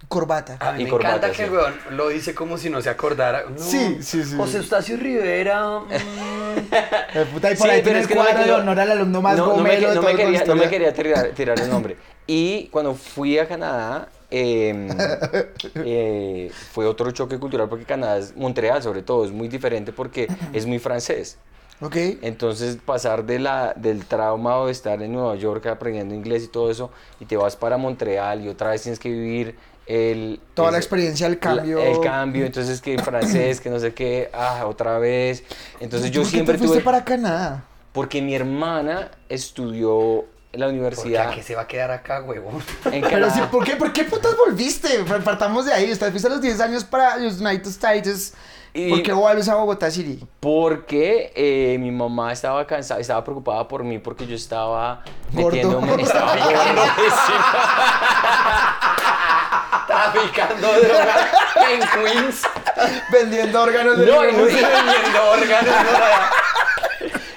Speaker 4: Corbata.
Speaker 1: A mí
Speaker 2: Y
Speaker 1: me
Speaker 2: corbata,
Speaker 1: encanta que el
Speaker 2: sí.
Speaker 1: weón lo dice como si no se acordara. No,
Speaker 4: Sí, sí, sí, sí.
Speaker 1: José Eustacio Rivera.
Speaker 4: [laughs]
Speaker 1: mm,
Speaker 4: Eh, puta, y por
Speaker 2: Sí,
Speaker 4: ahí
Speaker 2: pero
Speaker 4: tiene
Speaker 2: es
Speaker 4: el
Speaker 2: que no me
Speaker 4: cuadro de
Speaker 2: quería-
Speaker 4: honor al alumno más
Speaker 2: no, no me,
Speaker 4: gomelo
Speaker 2: que-
Speaker 4: de
Speaker 2: no
Speaker 4: todo
Speaker 2: me
Speaker 4: el
Speaker 2: quería, no me
Speaker 4: consultorio.
Speaker 2: quería tirar, tirar el nombre. Y cuando fui a Canadá,
Speaker 4: [laughs]
Speaker 2: eh, eh, fue otro choque cultural porque Canadá, es- Montreal sobre todo, es muy diferente porque es muy francés.
Speaker 4: Ok.
Speaker 2: Entonces pasar de la, del trauma de estar en Nueva York aprendiendo inglés y todo eso, y te vas para Montreal y otra vez tienes que vivir el...
Speaker 4: Toda la
Speaker 2: ese-
Speaker 4: experiencia, el
Speaker 2: Este, la-
Speaker 4: cambio.
Speaker 2: el cambio, entonces que francés, que no sé qué, ah, otra vez. Entonces yo
Speaker 4: ¿Por qué
Speaker 2: siempre
Speaker 4: te fuiste
Speaker 2: tuve...
Speaker 4: para Canadá?
Speaker 2: Porque mi hermana estudió en
Speaker 1: Porque a
Speaker 2: la
Speaker 4: ah.
Speaker 2: universidad
Speaker 1: pues, qué se va a quedar acá, huevón. [laughs]
Speaker 2: en
Speaker 4: Pero
Speaker 2: Canadá.
Speaker 4: sí, ¿por qué, ¿por qué putas volviste? Partamos de ahí. Usted fuiste a los 10 años para los United States.
Speaker 2: Y-
Speaker 4: ¿Por qué vuelves a Bogotá City?
Speaker 2: Porque eh, mi mamá estaba cansada, estaba preocupada por mí porque yo estaba
Speaker 4: Gordo.
Speaker 2: metiéndome, estaba
Speaker 4: [laughs]
Speaker 2: gordo, [laughs] sí.
Speaker 1: Traficando droga en Queens. [laughs]
Speaker 4: Vendiendo órganos de
Speaker 2: No, y
Speaker 4: no,
Speaker 2: no, se-
Speaker 1: Vendiendo órganos.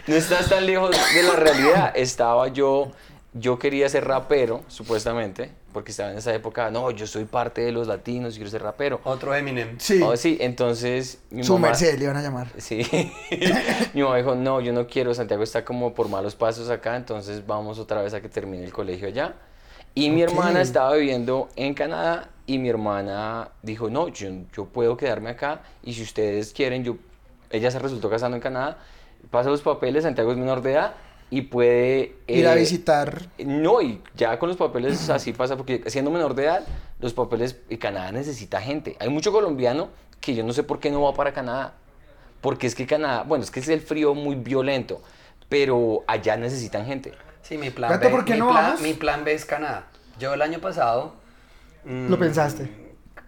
Speaker 2: no estás tan lejos de la realidad. Estaba yo, yo quería ser rapero, supuestamente, porque estaba en esa época, no, yo soy parte de los latinos, quiero ser rapero.
Speaker 1: Otro Eminem.
Speaker 4: Sí.
Speaker 2: Oh, sí, entonces mi
Speaker 4: Su
Speaker 2: mamá...
Speaker 4: merced le iban a llamar.
Speaker 2: Sí. [laughs] Mi mamá dijo, no, yo no quiero, Santiago está como por malos pasos acá, entonces vamos otra vez a que termine el colegio allá. Y mi hermana
Speaker 4: Ok.
Speaker 2: estaba viviendo en Canadá y mi hermana dijo, no, yo, yo puedo quedarme acá y si ustedes quieren, yo, ella se resultó casando en Canadá, pasa los papeles, Santiago es menor de edad y puede...
Speaker 4: Ir a
Speaker 2: eh,
Speaker 4: visitar.
Speaker 2: no, y ya con los papeles así pasa, porque siendo menor de edad, los papeles, y Canadá necesita gente. Hay mucho colombiano que yo no sé por qué no va para Canadá, porque es que Canadá, bueno, es que es el frío muy violento, pero allá necesitan gente.
Speaker 1: Sí, mi plan
Speaker 4: Gato,
Speaker 1: B.
Speaker 4: ¿por qué
Speaker 1: mi,
Speaker 4: no
Speaker 1: plan,
Speaker 4: vamos?
Speaker 1: mi plan B es Canadá. Yo el año pasado. mm,
Speaker 4: Lo pensaste.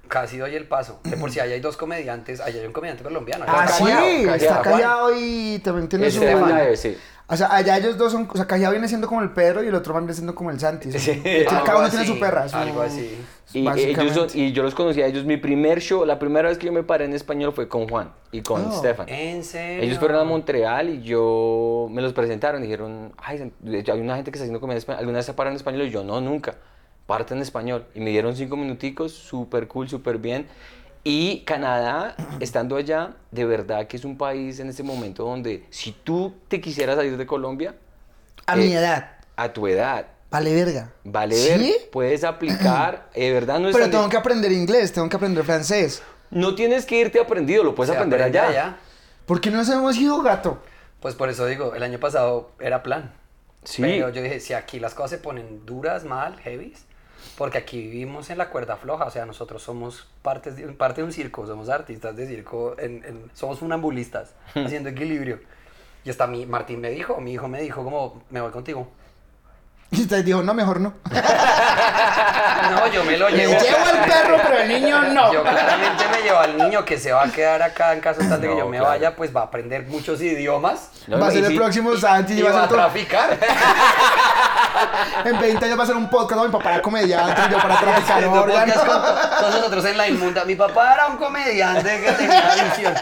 Speaker 1: Casi doy el paso. De por si allá hay dos comediantes, allá hay un comediante colombiano.
Speaker 4: Ah,
Speaker 1: acá
Speaker 4: sí,
Speaker 1: Juan.
Speaker 2: Callao,
Speaker 4: está
Speaker 2: Callao.
Speaker 4: callado y también tiene su...
Speaker 2: Estefan Lae, sí.
Speaker 4: O sea, allá ellos dos son... O sea, callado viene siendo como el Pedro y el otro man viene siendo como el Santi. O sea,
Speaker 1: Algo
Speaker 4: cada uno tiene
Speaker 1: así,
Speaker 4: su perra. su-
Speaker 1: Algo así.
Speaker 2: Y, ellos
Speaker 4: básicamente.
Speaker 2: son- y yo los conocí a ellos, mi primer show, la primera vez que yo me paré en español fue con Juan y con
Speaker 4: Oh.
Speaker 2: Stefan.
Speaker 1: En serio.
Speaker 2: Ellos fueron a Montreal y yo me los presentaron. y Dijeron, ay, de hecho, hay una gente que está haciendo comedia en español. ¿Alguna vez se paran en español? Y yo, no, nunca. Parte en español. Y me dieron cinco minuticos, súper cool, súper bien. Y Canadá, estando allá, de verdad que es un país en este momento donde si tú te quisieras salir de Colombia,
Speaker 4: A mi
Speaker 2: Eh,
Speaker 4: edad.
Speaker 2: a tu edad,
Speaker 4: Vale verga.
Speaker 2: vale
Speaker 4: ¿Sí?
Speaker 2: ver, puedes
Speaker 4: [clears throat]
Speaker 2: aplicar, eh, de verdad no es
Speaker 4: Pero
Speaker 2: tan
Speaker 4: tengo
Speaker 2: di-
Speaker 4: que aprender inglés, tengo que aprender francés.
Speaker 2: No tienes que irte aprendido, lo puedes
Speaker 1: Se
Speaker 2: aprender
Speaker 1: aprende
Speaker 2: allá.
Speaker 4: ¿Por qué no nos hemos ido, gato? [laughs]
Speaker 1: Pues por eso digo, el año pasado era plan.
Speaker 2: Sí.
Speaker 1: Pero yo dije, si aquí las cosas se ponen duras, mal, heavies, porque aquí vivimos en la cuerda floja, o sea, nosotros somos partes de, parte de un circo, somos artistas de circo, en- en- somos
Speaker 2: [laughs]
Speaker 1: funambulistas, haciendo equilibrio. Y hasta mi, Martín me dijo, mi hijo me dijo, como, me voy contigo.
Speaker 4: Y usted dijo, no, mejor no.
Speaker 1: [laughs] No, [laughs] yo me lo
Speaker 4: Me
Speaker 1: llevo.
Speaker 4: llevo al perro, pero el niño
Speaker 1: [laughs]
Speaker 4: no.
Speaker 1: Yo claramente me llevo al niño que se va a quedar acá en caso tal de que
Speaker 2: No,
Speaker 1: yo me
Speaker 2: claro.
Speaker 1: vaya, pues va a aprender muchos idiomas
Speaker 2: No,
Speaker 4: va a
Speaker 2: y
Speaker 4: ser el
Speaker 2: sí,
Speaker 4: próximo Santi.
Speaker 1: y
Speaker 4: y va a
Speaker 1: va a
Speaker 4: ser todo-
Speaker 2: [laughs]
Speaker 1: traficar.
Speaker 4: en 20 años va a ser un podcast. ¿no? Mi papá era comediante, yo
Speaker 2: [laughs]
Speaker 4: para traficar
Speaker 1: Haciendo
Speaker 4: órganos.
Speaker 1: podcast con todos nosotros en la inmunda. Mi papá era un comediante que tenía visión.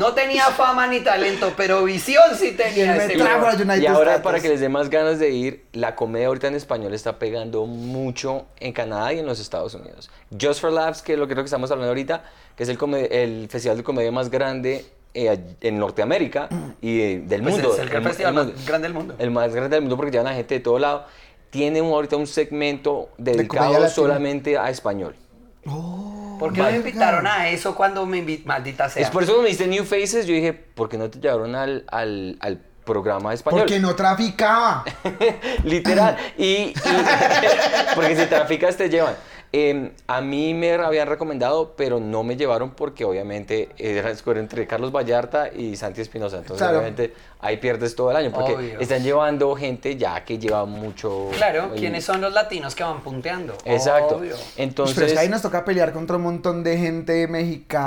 Speaker 1: No tenía fama ni talento, pero visión sí
Speaker 4: Y él
Speaker 1: tenía.
Speaker 4: me
Speaker 1: ese
Speaker 4: trajo a
Speaker 1: huevón.
Speaker 4: United
Speaker 2: Y ahora,
Speaker 4: States.
Speaker 2: para que les dé más ganas de ir, la comedia ahorita en español está pegando mucho en Canadá y en los Estados Unidos. Just for Laughs, que es lo que creo que estamos hablando ahorita, que es el, come- el festival de comedia más grande eh, en Norteamérica y eh, del
Speaker 1: Pues
Speaker 2: mundo.
Speaker 1: es el gran
Speaker 2: mu-
Speaker 1: festival más
Speaker 2: mundo.
Speaker 1: grande del mundo.
Speaker 2: El más grande del mundo porque llevan a gente de todo lado. Tiene un- ahorita un segmento
Speaker 4: comedia
Speaker 2: dedicado
Speaker 4: latina.
Speaker 2: solamente a español.
Speaker 1: ¿Por qué me invitaron a eso cuando me invitaron? Maldita sea.
Speaker 2: Es por eso que me diste New Faces, yo dije, ¿por qué no te llevaron al, al, al programa de español?
Speaker 4: Porque no traficaba.
Speaker 2: Literal. Y, y- [laughs] porque si traficas te llevan. Eh, a mí me habían recomendado, pero no me llevaron porque obviamente eh, era entre Carlos Vallarta y Santi Espinosa. Entonces,
Speaker 4: Claro.
Speaker 2: obviamente, ahí pierdes todo el año porque
Speaker 1: Obvio.
Speaker 2: están llevando gente ya que lleva mucho.
Speaker 1: Claro,
Speaker 2: el-
Speaker 1: ¿quiénes son los latinos que van punteando?
Speaker 2: Exacto.
Speaker 1: Obvio.
Speaker 2: Entonces.
Speaker 4: Pero es que ahí nos toca pelear contra un montón de gente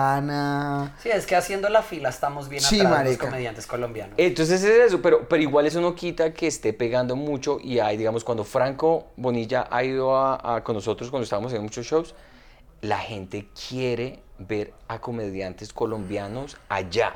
Speaker 4: mexicana.
Speaker 1: Sí, es que haciendo la fila estamos bien
Speaker 4: Sí,
Speaker 1: atrás los
Speaker 4: marica.
Speaker 1: comediantes colombianos.
Speaker 2: Entonces es eso, pero, pero igual eso no quita que esté pegando mucho y hay, digamos, cuando Franco Bonilla ha ido a, a- con nosotros, cuando estábamos en muchos shows, la gente quiere ver a comediantes colombianos allá,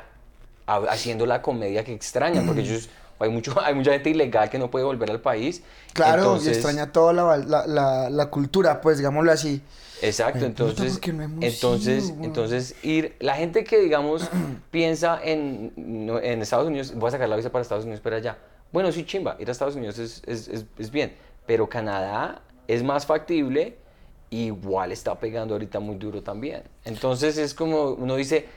Speaker 2: ha- haciendo la comedia que extrañan, porque ellos, hay, mucho, hay mucha gente ilegal que no puede volver al país.
Speaker 4: Claro, y
Speaker 2: entonces-
Speaker 4: extraña toda la, la- la- la cultura, pues digámoslo así. [laughs]
Speaker 2: Exacto,
Speaker 4: Me puta,
Speaker 2: entonces,
Speaker 4: ¿por qué no hemos
Speaker 2: entonces,
Speaker 4: ido, weón?
Speaker 2: entonces ir, la gente que digamos [clears throat] piensa en, no, en Estados Unidos, voy a sacar la visa para Estados Unidos, pero allá, bueno, sí chimba, ir a Estados Unidos es, es- es- es bien, pero Canadá es más factible, igual está pegando ahorita muy duro también, entonces es como uno dice,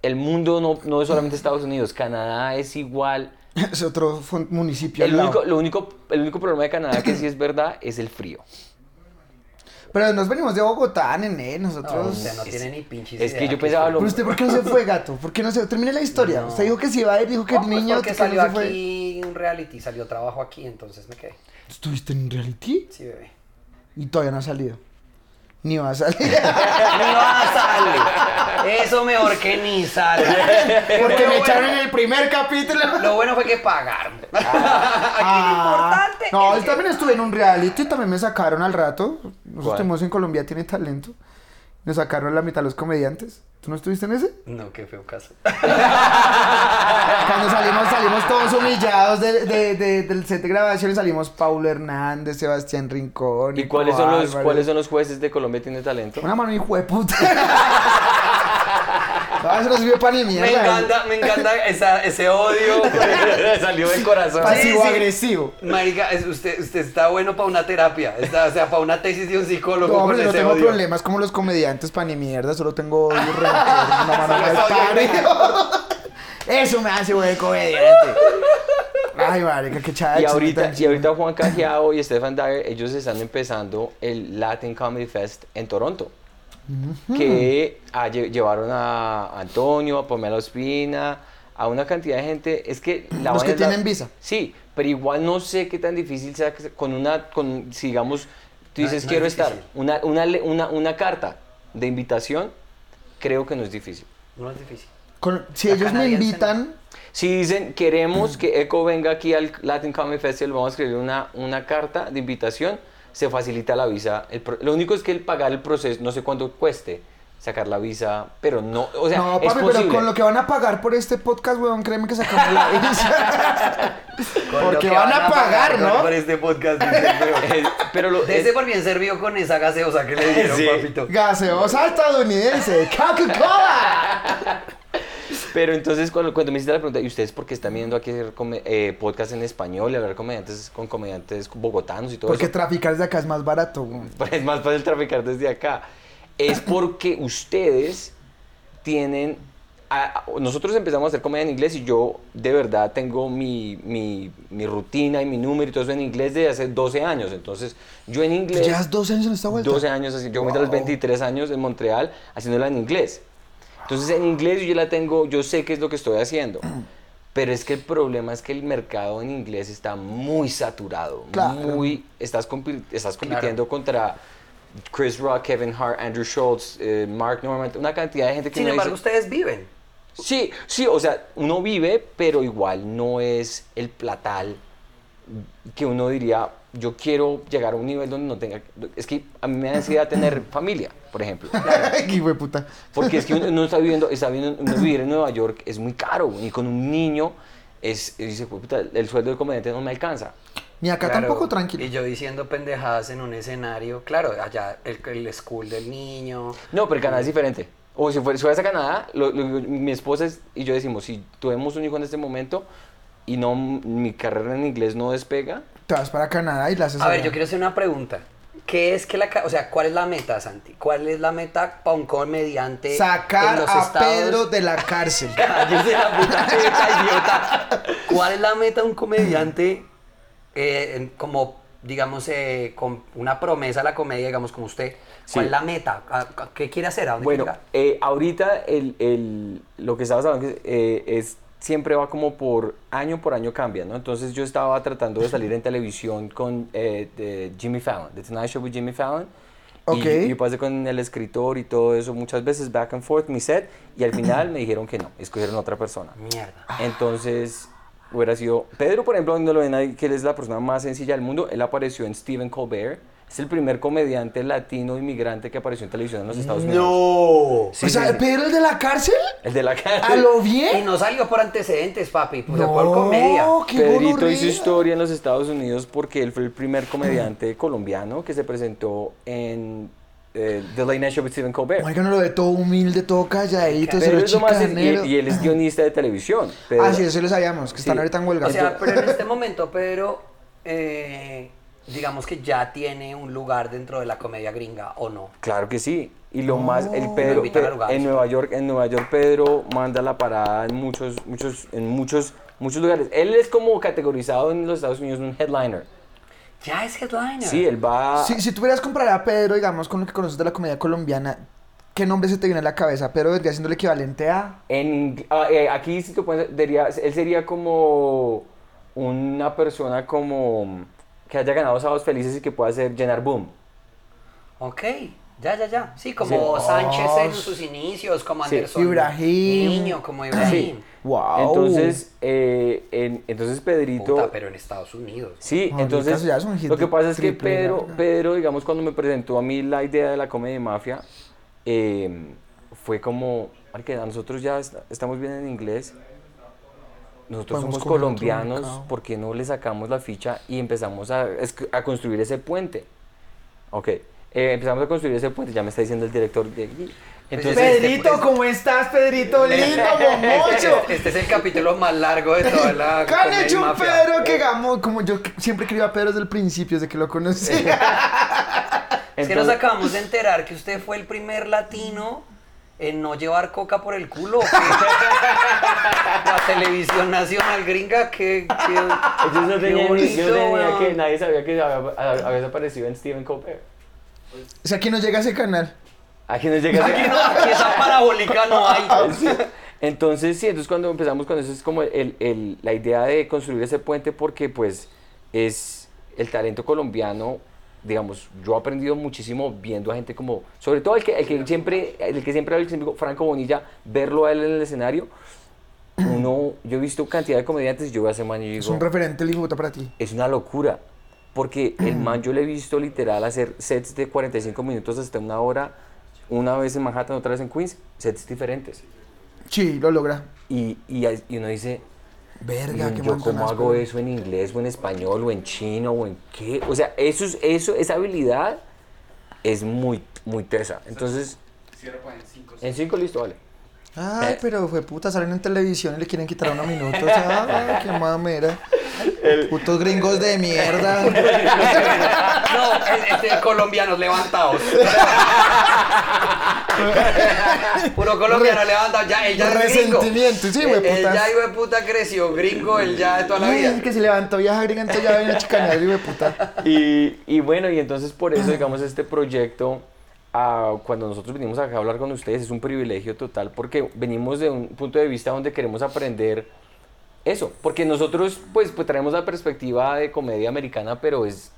Speaker 2: el mundo no, no es solamente Estados Unidos, Canadá es igual,
Speaker 4: Es otro fon- municipio. al
Speaker 2: el
Speaker 4: lado.
Speaker 2: único, lo único, el único problema de Canadá que sí es verdad es el frío.
Speaker 4: Pero nos venimos de Bogotá, nene, nosotros.
Speaker 1: No, usted no tiene ni pinches
Speaker 2: Es que
Speaker 1: idea
Speaker 2: yo
Speaker 1: qué
Speaker 2: pensaba lo
Speaker 4: Pero usted, ¿por qué no se fue, gato? ¿Por qué no se Termine la historia. Usted dijo que se iba a ir, dijo que
Speaker 1: No,
Speaker 4: el
Speaker 1: pues
Speaker 4: niño
Speaker 1: porque
Speaker 4: que
Speaker 1: salió
Speaker 4: no se fue.
Speaker 1: aquí un reality, salió trabajo aquí, entonces me quedé.
Speaker 4: ¿Estuviste en reality?
Speaker 1: Sí, bebé.
Speaker 4: Y todavía no ha salido. Ni va
Speaker 1: [laughs]
Speaker 4: a salir.
Speaker 1: Ni va a salir. Eso mejor que ni sale.
Speaker 4: Porque
Speaker 1: Pero
Speaker 4: me
Speaker 1: bueno,
Speaker 4: echaron en el primer capítulo.
Speaker 1: Lo bueno fue que pagaron.
Speaker 4: Ah,
Speaker 1: [laughs] Aquí lo importante.
Speaker 4: No,
Speaker 1: es
Speaker 4: yo
Speaker 1: que-
Speaker 4: también estuve en un reality y también me sacaron al rato. Nosotros
Speaker 2: ¿Cuál?
Speaker 4: estuvimos en Colombia, tiene talento. Nos sacaron la mitad los comediantes. ¿Tú no estuviste en
Speaker 1: [laughs]
Speaker 4: ese?
Speaker 1: No, qué feo
Speaker 4: [laughs]
Speaker 1: caso.
Speaker 4: Cuando salimos, salimos todos humillados de- de- de- del set de grabación y salimos Paulo Hernández, Sebastián Rincón.
Speaker 2: ¿Y
Speaker 4: Nico
Speaker 2: cuáles son, los,
Speaker 4: Álvarez.
Speaker 2: cuáles son los jueces de Colombia tiene talento?
Speaker 4: Una mano hijo de puta. [laughs] no, eso no sirvió para ni mierda. eh.
Speaker 1: Me encanta, me encanta esa- ese odio.
Speaker 2: [laughs] Salió del corazón.
Speaker 1: Sí, sí.
Speaker 4: Pasivo-agresivo.
Speaker 1: Marica, es- usted, usted está bueno para una terapia. Está, o sea, para una tesis de un psicólogo.
Speaker 4: No,
Speaker 1: con
Speaker 4: hombre, no
Speaker 1: ese
Speaker 4: tengo
Speaker 1: odio.
Speaker 4: problemas como los comediantes, pan y mierda, solo tengo odio,
Speaker 1: [laughs]
Speaker 4: rencor, una mano
Speaker 1: Solo
Speaker 4: al
Speaker 1: es odio y
Speaker 4: parido. Eso me hace buen comediante. Ay, marica, qué chaval.
Speaker 2: Y ahorita, y ahorita Juan Cajiao y Stefan Dyer, ellos están empezando el Latin Comedy Fest en Toronto. Que a- lle- llevaron a Antonio, a Pamela Ospina, a una cantidad de gente. Es que la
Speaker 4: Los
Speaker 2: vaina
Speaker 4: que
Speaker 2: es la-
Speaker 4: tienen visa.
Speaker 2: Sí, pero igual no sé qué tan difícil sea que se- con una, con, si digamos, tú
Speaker 1: No,
Speaker 2: dices
Speaker 1: no es
Speaker 2: quiero estar,
Speaker 1: difícil.
Speaker 2: una, una, le- una, una carta de invitación, creo que no es difícil.
Speaker 1: No es difícil.
Speaker 4: Con- si
Speaker 1: La
Speaker 4: ellos me
Speaker 1: canadiense,
Speaker 4: invitan,
Speaker 2: Si dicen, queremos
Speaker 4: Mm.
Speaker 2: que Eco venga aquí al Latin Comedy Festival, vamos a escribir una, una carta de invitación, se facilita la visa. El pro- lo único es que el pagar el proceso, no sé cuánto cueste sacar la visa, pero no, o sea,
Speaker 4: no,
Speaker 2: es
Speaker 4: papi,
Speaker 2: posible.
Speaker 4: pero
Speaker 2: [laughs]
Speaker 4: con lo que van a pagar por este podcast, weón, créeme que sacamos la
Speaker 1: [laughs]
Speaker 4: visa.
Speaker 1: Con lo
Speaker 4: Porque
Speaker 1: que
Speaker 4: van a pagar,
Speaker 1: por-
Speaker 4: ¿no?
Speaker 1: Por este podcast. dice el
Speaker 4: [laughs]
Speaker 1: feo.
Speaker 2: Eh, pero lo-
Speaker 1: De ese
Speaker 2: eh,
Speaker 1: por bien servió con esa gaseosa que le dieron,
Speaker 2: Sí.
Speaker 1: papito.
Speaker 4: Gaseosa estadounidense, Coca-Cola.
Speaker 2: pero entonces cuando, cuando me hiciste la pregunta, ¿y ustedes por qué están viendo aquí hacer come- eh, podcast en español y hablar comediantes con comediantes bogotanos y todo
Speaker 4: Porque
Speaker 2: eso?
Speaker 4: traficar desde acá es más barato, weón.
Speaker 2: [laughs] es más fácil traficar desde acá. Es porque ustedes tienen... a- a- nosotros empezamos a hacer comedia en inglés y yo de verdad tengo mi, mi, mi rutina y mi número y todo eso en inglés desde hace 12 años. Entonces, yo en
Speaker 4: ¿Tú
Speaker 2: inglés...
Speaker 4: Llevas 12 años en esta vuelta.
Speaker 2: 12 años, así, yo comencé a los 23 años en Montreal haciéndola en inglés. Entonces en inglés yo ya la tengo, yo sé qué es lo que estoy haciendo. [clears throat] Pero es que el problema es que el mercado en inglés está muy saturado.
Speaker 4: Claro.
Speaker 2: Muy, estás, compi- estás compitiendo contra Chris Rock, Kevin Hart, Andrew Schultz, eh, Mark Norman, una cantidad de gente que
Speaker 1: Sin
Speaker 2: uno
Speaker 1: embargo,
Speaker 2: dice-
Speaker 1: ustedes viven.
Speaker 2: Sí, sí, o sea, uno vive, pero igual no es el platal que uno diría, yo quiero llegar a un nivel donde no tenga... Es que a mí me da ansiedad tener familia, por ejemplo.
Speaker 4: Qué [laughs] hijo de puta.
Speaker 2: Porque es que uno, uno está viviendo, está viviendo, uno vivir en Nueva York es muy caro, y con un niño es, y dice, "Jue puta, el sueldo del comediante no me alcanza.
Speaker 4: Ni acá
Speaker 1: Claro,
Speaker 4: tampoco tranquilo.
Speaker 1: Y yo diciendo pendejadas en un escenario, claro, allá el, el school del niño.
Speaker 2: No, pero el Canadá es diferente. O si fuera- si fueras a Canadá, lo- lo- mi esposa es- y yo decimos, si tuvimos un hijo en este momento y no mi carrera en inglés no despega,
Speaker 4: Te vas para Canadá y las haces
Speaker 1: A ver,
Speaker 4: allá.
Speaker 1: yo quiero hacer una pregunta. ¿Qué es que la, ca- o sea, cuál es la meta, Santi? ¿Cuál es la meta para un comediante en
Speaker 4: Sacar
Speaker 1: los
Speaker 4: a
Speaker 1: estados?
Speaker 4: Pedro de la cárcel.
Speaker 1: [laughs] Cállese la puta
Speaker 4: [laughs]
Speaker 1: jeta, idiota. ¿Cuál es la meta de un comediante eh, en- como, digamos, eh, con una promesa a la comedia, digamos, como usted?
Speaker 2: Sí.
Speaker 1: ¿Cuál es la meta? ¿A- a- ¿Qué quiere hacer? ¿A dónde
Speaker 2: Bueno,
Speaker 1: quiere llegar?
Speaker 2: eh, ahorita el, el- lo que estabas hablando que, eh, es siempre va como por año por año cambia, ¿no? Entonces yo estaba tratando de salir en televisión con eh, de Jimmy Fallon, The Tonight Show with Jimmy Fallon. Y-
Speaker 4: Ok.
Speaker 2: Y, yo pasé con el escritor y todo eso muchas veces, back and forth, mi set, y al final me dijeron que no, escogieron a otra persona.
Speaker 1: Mierda.
Speaker 2: Entonces, hubiera sido. Pedro, por ejemplo, no lo ven ahí, que él es la persona más sencilla del mundo. Él apareció en Stephen Colbert. Es el primer comediante latino inmigrante que apareció en televisión en los Estados Unidos.
Speaker 1: ¡No!
Speaker 2: Sí,
Speaker 4: o
Speaker 2: sí,
Speaker 4: sea,
Speaker 2: sí.
Speaker 4: Pedro el de la cárcel.
Speaker 2: El de la calle.
Speaker 4: ¿A Ah, lo
Speaker 1: Y
Speaker 4: bien?
Speaker 1: no salió por antecedentes, papi. Pues,
Speaker 4: ¿Eh? No,
Speaker 1: por comedia.
Speaker 4: qué
Speaker 2: Pedrito
Speaker 4: gonorrea.
Speaker 2: hizo historia en los Estados Unidos porque él fue el primer
Speaker 4: [gasps]
Speaker 2: comediante colombiano que se presentó en eh, The Late Night Show with Stephen Colbert.
Speaker 4: Oigan, lo de todo humilde, todo calladito,
Speaker 2: Pero
Speaker 4: cero
Speaker 2: es lo más sen-
Speaker 4: chicanero.
Speaker 2: y, y él es guionista de televisión. Pedro.
Speaker 4: Ah, sí, eso lo sabíamos, que están
Speaker 2: Sí.
Speaker 4: ahorita en huelga.
Speaker 1: O sea, pero en este momento Pedro, eh, digamos que ya tiene un lugar dentro de la comedia gringa, ¿o no?
Speaker 2: Claro que sí. Y lo más, el Pedro,
Speaker 1: invitan a
Speaker 2: Pe-
Speaker 1: lugares.
Speaker 2: en Nueva York, en Nueva York Pedro manda la parada en muchos, muchos, en muchos, muchos lugares. Él es como categorizado en los Estados Unidos un headliner.
Speaker 1: Ya es headliner.
Speaker 2: Sí, él va.
Speaker 4: si, si tuvieras comparar a Pedro, digamos, con lo que conoces de la comedia colombiana, ¿qué nombre se te viene a la cabeza? Pedro vendría siendo el equivalente a...
Speaker 2: En, ing- ah, eh, aquí sí que pueden- diría- él sería como una persona como que haya ganado sábados felices y que pueda hacer llenar boom.
Speaker 1: Ok, ya, ya, ya. Sí, como
Speaker 2: Sí.
Speaker 1: Sánchez en sus inicios, como
Speaker 2: Sí.
Speaker 1: Anderson.
Speaker 4: Oh, Ibrahim.
Speaker 1: Niño, como Ibrahim.
Speaker 4: ¡Wow!
Speaker 2: Entonces, eh, en- entonces Pedrito.
Speaker 1: Puta, pero en Estados Unidos.
Speaker 2: Sí,
Speaker 4: Ahorita
Speaker 2: entonces
Speaker 4: eso ya es un hit
Speaker 2: lo que pasa es que
Speaker 4: triple
Speaker 2: Pedro,
Speaker 4: larga.
Speaker 2: Pedro, digamos, cuando me presentó a mí la idea de la comedia de mafia, eh, fue como, que nosotros ya est- estamos bien en inglés, nosotros
Speaker 4: Podemos
Speaker 2: somos
Speaker 4: coger otro
Speaker 2: colombianos,
Speaker 4: mercado".
Speaker 2: ¿por qué no le sacamos la ficha y empezamos a, es- a construir ese puente? Ok, eh, empezamos a construir ese puente, ya me está diciendo el director de...
Speaker 1: Pues
Speaker 2: Entonces,
Speaker 4: Pedrito, ¿cómo estás,
Speaker 1: [laughs]
Speaker 2: [laughs]
Speaker 4: Pedrito? Lindo, momocho.
Speaker 1: Este, este es el capítulo más largo de toda la.
Speaker 4: ¿Qué han
Speaker 1: comedia
Speaker 4: hecho un
Speaker 1: mafia.
Speaker 4: Pedro que gamo? Como yo que- siempre quería a Pedro desde el principio, desde que lo [laughs] conocí.
Speaker 1: Es que nos
Speaker 2: entonces-
Speaker 1: acabamos de enterar que usted fue el primer latino en no llevar coca por el culo. ¿o qué?
Speaker 2: [laughs]
Speaker 1: la televisión nacional gringa que...
Speaker 2: yo no tenía, ni- yo no tenía
Speaker 1: bonito,
Speaker 2: que
Speaker 1: weón.
Speaker 2: nadie sabía que había, había desaparecido en Stephen Colbert.
Speaker 4: o sea, aquí no llega a ese canal.
Speaker 2: Aquí nos llega
Speaker 1: Aquí, no, aquí esa parabólica no
Speaker 2: [laughs]
Speaker 1: hay.
Speaker 2: Sí. Entonces, sí, entonces cuando empezamos con eso es como el- el- la idea de construir ese puente porque pues es el talento colombiano, digamos, yo he aprendido muchísimo viendo a gente como, sobre todo el que, el que siempre, el que siempre habla, el que siempre- Franco Bonilla, verlo a él en el escenario, uno, yo he visto cantidad de comediantes y yo veo a ese man y yo
Speaker 4: Es
Speaker 2: digo,
Speaker 4: un referente el hijo de puta para ti.
Speaker 2: es una locura. Porque el man yo le he visto literal hacer sets de 45 minutos hasta una hora, una vez en Manhattan, otra vez en Queens, sets diferentes.
Speaker 4: Sí, lo logra.
Speaker 2: Y, y, a- y uno dice, "Dios,
Speaker 4: Verga, qué
Speaker 2: yo cómo
Speaker 4: montonazo,
Speaker 2: hago
Speaker 4: Pedro.
Speaker 2: eso en inglés o en español o en chino o en qué. O sea, eso, es- eso, esa habilidad es muy, muy tesa. Entonces,
Speaker 8: Cierra para en 5
Speaker 2: en cinco listo, vale.
Speaker 1: Eh.
Speaker 4: Ay, pero fue puta, salen en televisión y le quieren quitar unos minutos.
Speaker 1: [laughs]
Speaker 4: Ay, qué mamera. Putos gringos
Speaker 1: [laughs]
Speaker 4: de mierda.
Speaker 1: No, es, es de colombianos
Speaker 2: [laughs]
Speaker 1: levantados. Puro colombiano levantado. Ya, él ya es gringo.
Speaker 4: Resentimiento, sí,
Speaker 1: Él- Él
Speaker 4: hueputas.
Speaker 1: ya, hijo de puta, creció gringo, él ya de toda la
Speaker 4: Ay,
Speaker 1: vida.
Speaker 4: es que se levantó vieja gringa, entonces ya viene a chicanear, hijo
Speaker 1: [laughs]
Speaker 4: de puta.
Speaker 2: Y, y bueno, y entonces por eso, digamos, este proyecto, ah, cuando nosotros venimos acá a hablar con ustedes, es un privilegio total porque venimos de un punto de vista donde queremos aprender eso, porque nosotros pues, pues traemos la perspectiva de comedia americana, pero es,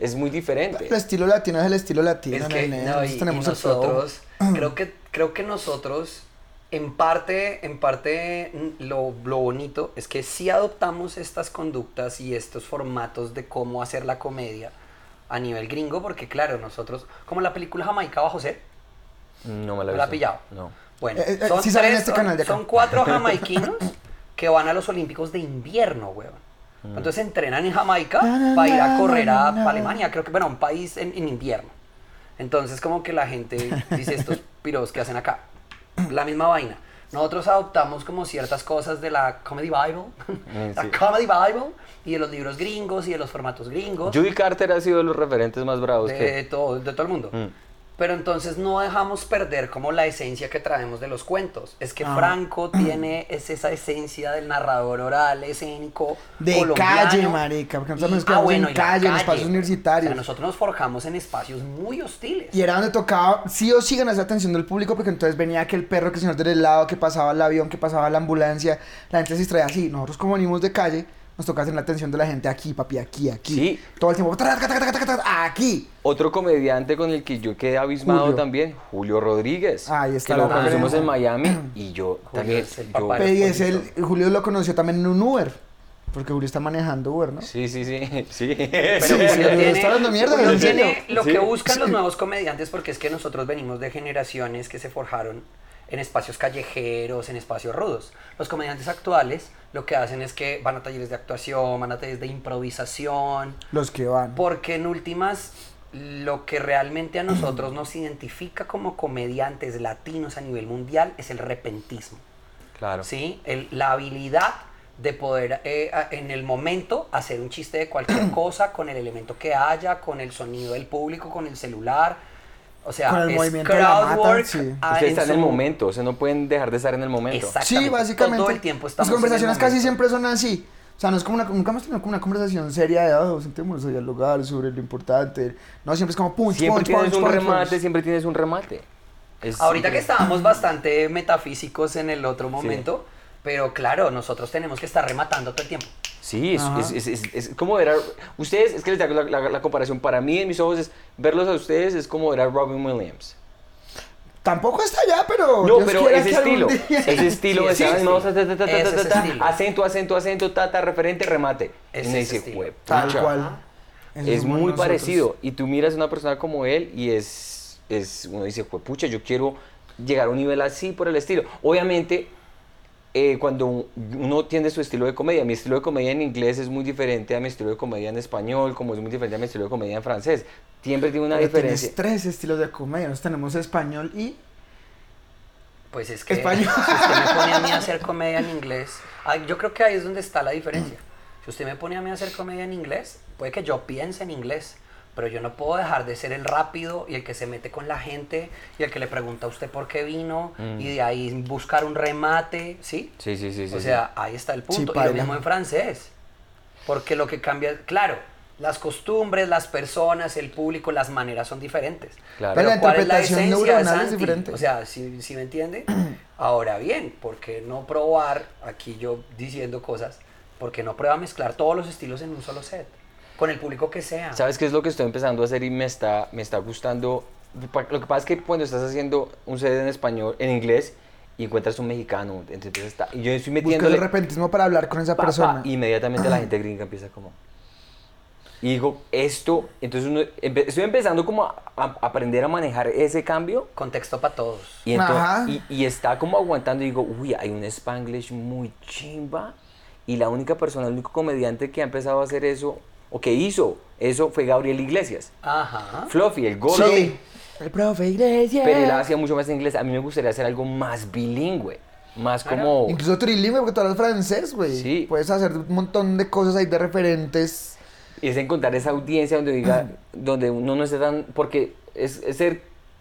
Speaker 2: es muy diferente.
Speaker 4: El estilo latino es el estilo latino.
Speaker 1: Es que, no,
Speaker 4: nene,
Speaker 1: y,
Speaker 4: nosotros
Speaker 1: y
Speaker 4: tenemos el flow.
Speaker 1: nosotros,
Speaker 4: [clears throat]
Speaker 1: creo que, creo que nosotros, en parte, en parte mm, lo, lo bonito es que sí adoptamos estas conductas y estos formatos de cómo hacer la comedia a nivel gringo, porque claro, nosotros, como la película Jamaica bajo José,
Speaker 2: No
Speaker 1: ¿No
Speaker 2: me la he
Speaker 1: la ha
Speaker 2: visto.
Speaker 1: pillado?
Speaker 2: No.
Speaker 1: Bueno,
Speaker 4: Eh, eh,
Speaker 1: son,
Speaker 4: sí sale en
Speaker 1: tres-
Speaker 4: este canal de acá.
Speaker 1: son
Speaker 4: [laughs]
Speaker 1: cuatro jamaiquinos que van a los Olímpicos de invierno, weón.
Speaker 2: Mm.
Speaker 1: Entonces entrenan en Jamaica
Speaker 4: Na, na,
Speaker 1: para ir
Speaker 4: na,
Speaker 1: a correr
Speaker 4: na,
Speaker 1: a
Speaker 4: na.
Speaker 1: Alemania, creo que, bueno, un país en, en invierno. Entonces como que la gente dice
Speaker 4: [laughs]
Speaker 1: estos piros que hacen acá. La misma vaina. Nosotros adoptamos como ciertas cosas de la Comedy
Speaker 2: [laughs]
Speaker 1: Bible, la
Speaker 2: Mm, sí.
Speaker 1: Comedy Bible, y de los libros gringos y de los formatos gringos
Speaker 2: Judy Carter ha sido de los referentes más bravos
Speaker 1: de
Speaker 2: que...
Speaker 1: todo, de todo el mundo.
Speaker 2: Mm.
Speaker 1: Pero entonces no dejamos perder como la esencia que traemos de los cuentos. Es que
Speaker 4: Ah. [clears throat]
Speaker 1: Franco tiene es esa esencia del narrador oral, escénico,
Speaker 4: De
Speaker 1: colombiano.
Speaker 4: calle, marica, porque nosotros nos
Speaker 1: ah,
Speaker 4: quedamos en
Speaker 1: y la
Speaker 4: calle, en espacios
Speaker 1: güey.
Speaker 4: universitarios.
Speaker 1: O sea, nosotros nos forjamos en espacios muy hostiles.
Speaker 4: Y era donde tocaba, sí o sí ganas la atención del público, porque entonces venía aquel perro que se nos del helado, que pasaba el avión, que pasaba la ambulancia, la gente se distraía así. Nosotros como venimos de calle, nos toca hacer la atención de la gente aquí, papi, aquí, aquí.
Speaker 2: Sí.
Speaker 4: Todo el tiempo, tra, tra, tra, tra, tra, tra, aquí.
Speaker 2: Otro comediante con el que yo quedé abismado
Speaker 4: Julio.
Speaker 2: también, Julio Rodríguez.
Speaker 4: Ahí está
Speaker 2: que lo
Speaker 4: la
Speaker 2: conocimos
Speaker 4: referencia.
Speaker 2: en Miami y yo también.
Speaker 1: es el
Speaker 2: yo-
Speaker 1: papá de-
Speaker 4: Pero Pues, y es el, Julio lo conoció también en un Uber, porque Julio está manejando Uber, ¿no?
Speaker 2: Sí, sí, [laughs] sí. sí.
Speaker 1: Pero
Speaker 4: Sí, sí,
Speaker 1: uno
Speaker 4: me
Speaker 1: tiene-
Speaker 4: está dando mierda,
Speaker 1: uno
Speaker 4: ¿en serio?
Speaker 1: tiene lo
Speaker 2: Sí.
Speaker 1: que buscan los nuevos comediantes porque es que nosotros venimos de generaciones que se forjaron en espacios callejeros, en espacios rudos. Los comediantes actuales lo que hacen es que van a talleres de actuación, van a talleres de improvisación,
Speaker 4: Los que van.
Speaker 2: Pues,
Speaker 1: porque en últimas lo que realmente a nosotros nos identifica como comediantes latinos a nivel mundial es el repentismo.
Speaker 2: Claro.
Speaker 1: ¿sí? El- la habilidad de poder eh, a- en el momento hacer un chiste de
Speaker 2: [clears throat]
Speaker 1: cualquier cosa con el elemento que haya, con el sonido del público, con el celular. O sea,
Speaker 4: Con el
Speaker 1: es
Speaker 4: movimiento de la
Speaker 1: crowd
Speaker 4: mata,
Speaker 1: work,
Speaker 4: sí.
Speaker 1: ah,
Speaker 2: Ustedes están
Speaker 1: su-
Speaker 2: en el momento, o sea, no pueden dejar de estar en el momento.
Speaker 1: Exacto.
Speaker 4: Sí,
Speaker 1: Exactamente.
Speaker 4: básicamente.
Speaker 1: Todo el tiempo estamos en
Speaker 4: Las
Speaker 1: el
Speaker 4: conversaciones casi
Speaker 1: momento.
Speaker 4: siempre son así. O sea, no es como una, nunca hemos tenido como una conversación seria de, oh, sentémonos a dialogar sobre lo importante. No, siempre es como punch,
Speaker 2: Siempre
Speaker 4: punch,
Speaker 2: tienes
Speaker 4: punch,
Speaker 2: un
Speaker 4: punch,
Speaker 2: remate,
Speaker 4: punch.
Speaker 2: siempre tienes un remate. Es
Speaker 1: Ahorita que
Speaker 2: increíble.
Speaker 1: estábamos bastante metafísicos en el otro momento, pero claro, nosotros tenemos que estar rematando todo el tiempo.
Speaker 2: Sí, es,
Speaker 4: Ajá.
Speaker 2: es, es, es- es como ver a... Ustedes, es que les hago la, la- la comparación, para mí, en mis ojos, es verlos a ustedes es como ver a Robin Williams.
Speaker 4: Tampoco está allá,
Speaker 1: Oh,
Speaker 4: pero.
Speaker 2: No,
Speaker 4: Dios
Speaker 2: pero
Speaker 4: quiera
Speaker 2: ese
Speaker 4: que algún
Speaker 2: estilo,
Speaker 4: día-
Speaker 2: ese estilo,
Speaker 1: sí,
Speaker 2: esa
Speaker 1: sí.
Speaker 2: misma cosa, ta, ta, ta, ta,
Speaker 1: Ese
Speaker 2: ta,
Speaker 1: es
Speaker 2: ta,
Speaker 1: estilo.
Speaker 2: acento, acento, acento, tata, referente, remate.
Speaker 1: Ese
Speaker 2: y uno
Speaker 1: es
Speaker 2: dice,
Speaker 1: estilo.
Speaker 2: "Juepucha".
Speaker 4: Tal cual. Esos
Speaker 2: Es
Speaker 4: somos
Speaker 2: muy
Speaker 4: nosotros.
Speaker 2: parecido. Y tú miras a una persona como él y es, es uno dice, pucha, yo quiero llegar a un nivel así por el estilo. Obviamente, eh, cuando un- uno tiene su estilo de comedia, mi estilo de comedia en inglés es muy diferente a mi estilo de comedia en español, como es muy diferente a mi estilo de comedia en francés. Siempre tiene una
Speaker 4: Pero
Speaker 2: diferencia.
Speaker 4: Tienes tres estilos de comedia. Nosotros tenemos español y.
Speaker 1: Pues es que
Speaker 4: Español.
Speaker 1: si usted me pone a mí a hacer comedia en inglés, ah, yo creo que ahí es donde está la diferencia. Si usted me pone a mí a hacer comedia en inglés, puede que yo piense en inglés, pero yo no puedo dejar de ser el rápido y el que se mete con la gente y el que le pregunta a usted por qué vino y de ahí buscar un remate, ¿sí?
Speaker 2: Sí, sí, sí. sí,
Speaker 1: o
Speaker 2: sí.
Speaker 1: sea, ahí está el
Speaker 4: Sí,
Speaker 1: punto. y
Speaker 4: paila.
Speaker 1: lo mismo en francés. Porque lo que cambia, claro, las costumbres, las personas, el público, las maneras son diferentes.
Speaker 2: Claro.
Speaker 1: Pero,
Speaker 4: Pero la
Speaker 1: ¿cuál es la
Speaker 4: interpretación
Speaker 1: esencia,
Speaker 4: neuronal es
Speaker 1: Santi?
Speaker 4: diferente.
Speaker 1: O sea, si, si me entiende. [clears throat] Ahora bien, ¿por qué no probar, aquí yo diciendo cosas, ¿por qué no prueba mezclar todos los estilos en un solo set? Con el público que sea.
Speaker 2: ¿Sabes qué es lo que estoy empezando a hacer y me está, me está gustando? Pa- Lo que pasa es que cuando estás haciendo un set en español, en inglés, y encuentras un mexicano, entonces está, y yo estoy
Speaker 4: Buscas el
Speaker 2: metiéndole...
Speaker 4: repentismo para hablar con esa
Speaker 2: pa, pa,
Speaker 4: persona.
Speaker 2: inmediatamente
Speaker 4: [clears throat]
Speaker 2: la gente gringa empieza como... Y digo, esto, entonces uno, empe- estoy empezando como a, a- a aprender a manejar ese cambio.
Speaker 1: Contexto para todos.
Speaker 2: Y, ento-
Speaker 4: Ajá.
Speaker 2: y, y está como aguantando y digo, uy, hay un spanglish muy chimba. Y la única persona, el único comediante que ha empezado a hacer eso, o que hizo eso, fue Gabriel Iglesias.
Speaker 1: Ajá.
Speaker 2: Fluffy, el gordo.
Speaker 4: Sí. El profe Iglesias.
Speaker 2: Pero él hacía mucho más en inglés. A mí me gustaría hacer algo más bilingüe. Más como.
Speaker 4: Incluso trilingüe, porque tú hablas francés, güey.
Speaker 2: Sí.
Speaker 4: Puedes hacer un montón de cosas ahí de referentes.
Speaker 2: Es encontrar esa audiencia donde diga. donde uno no esté tan. Porque es, es ser.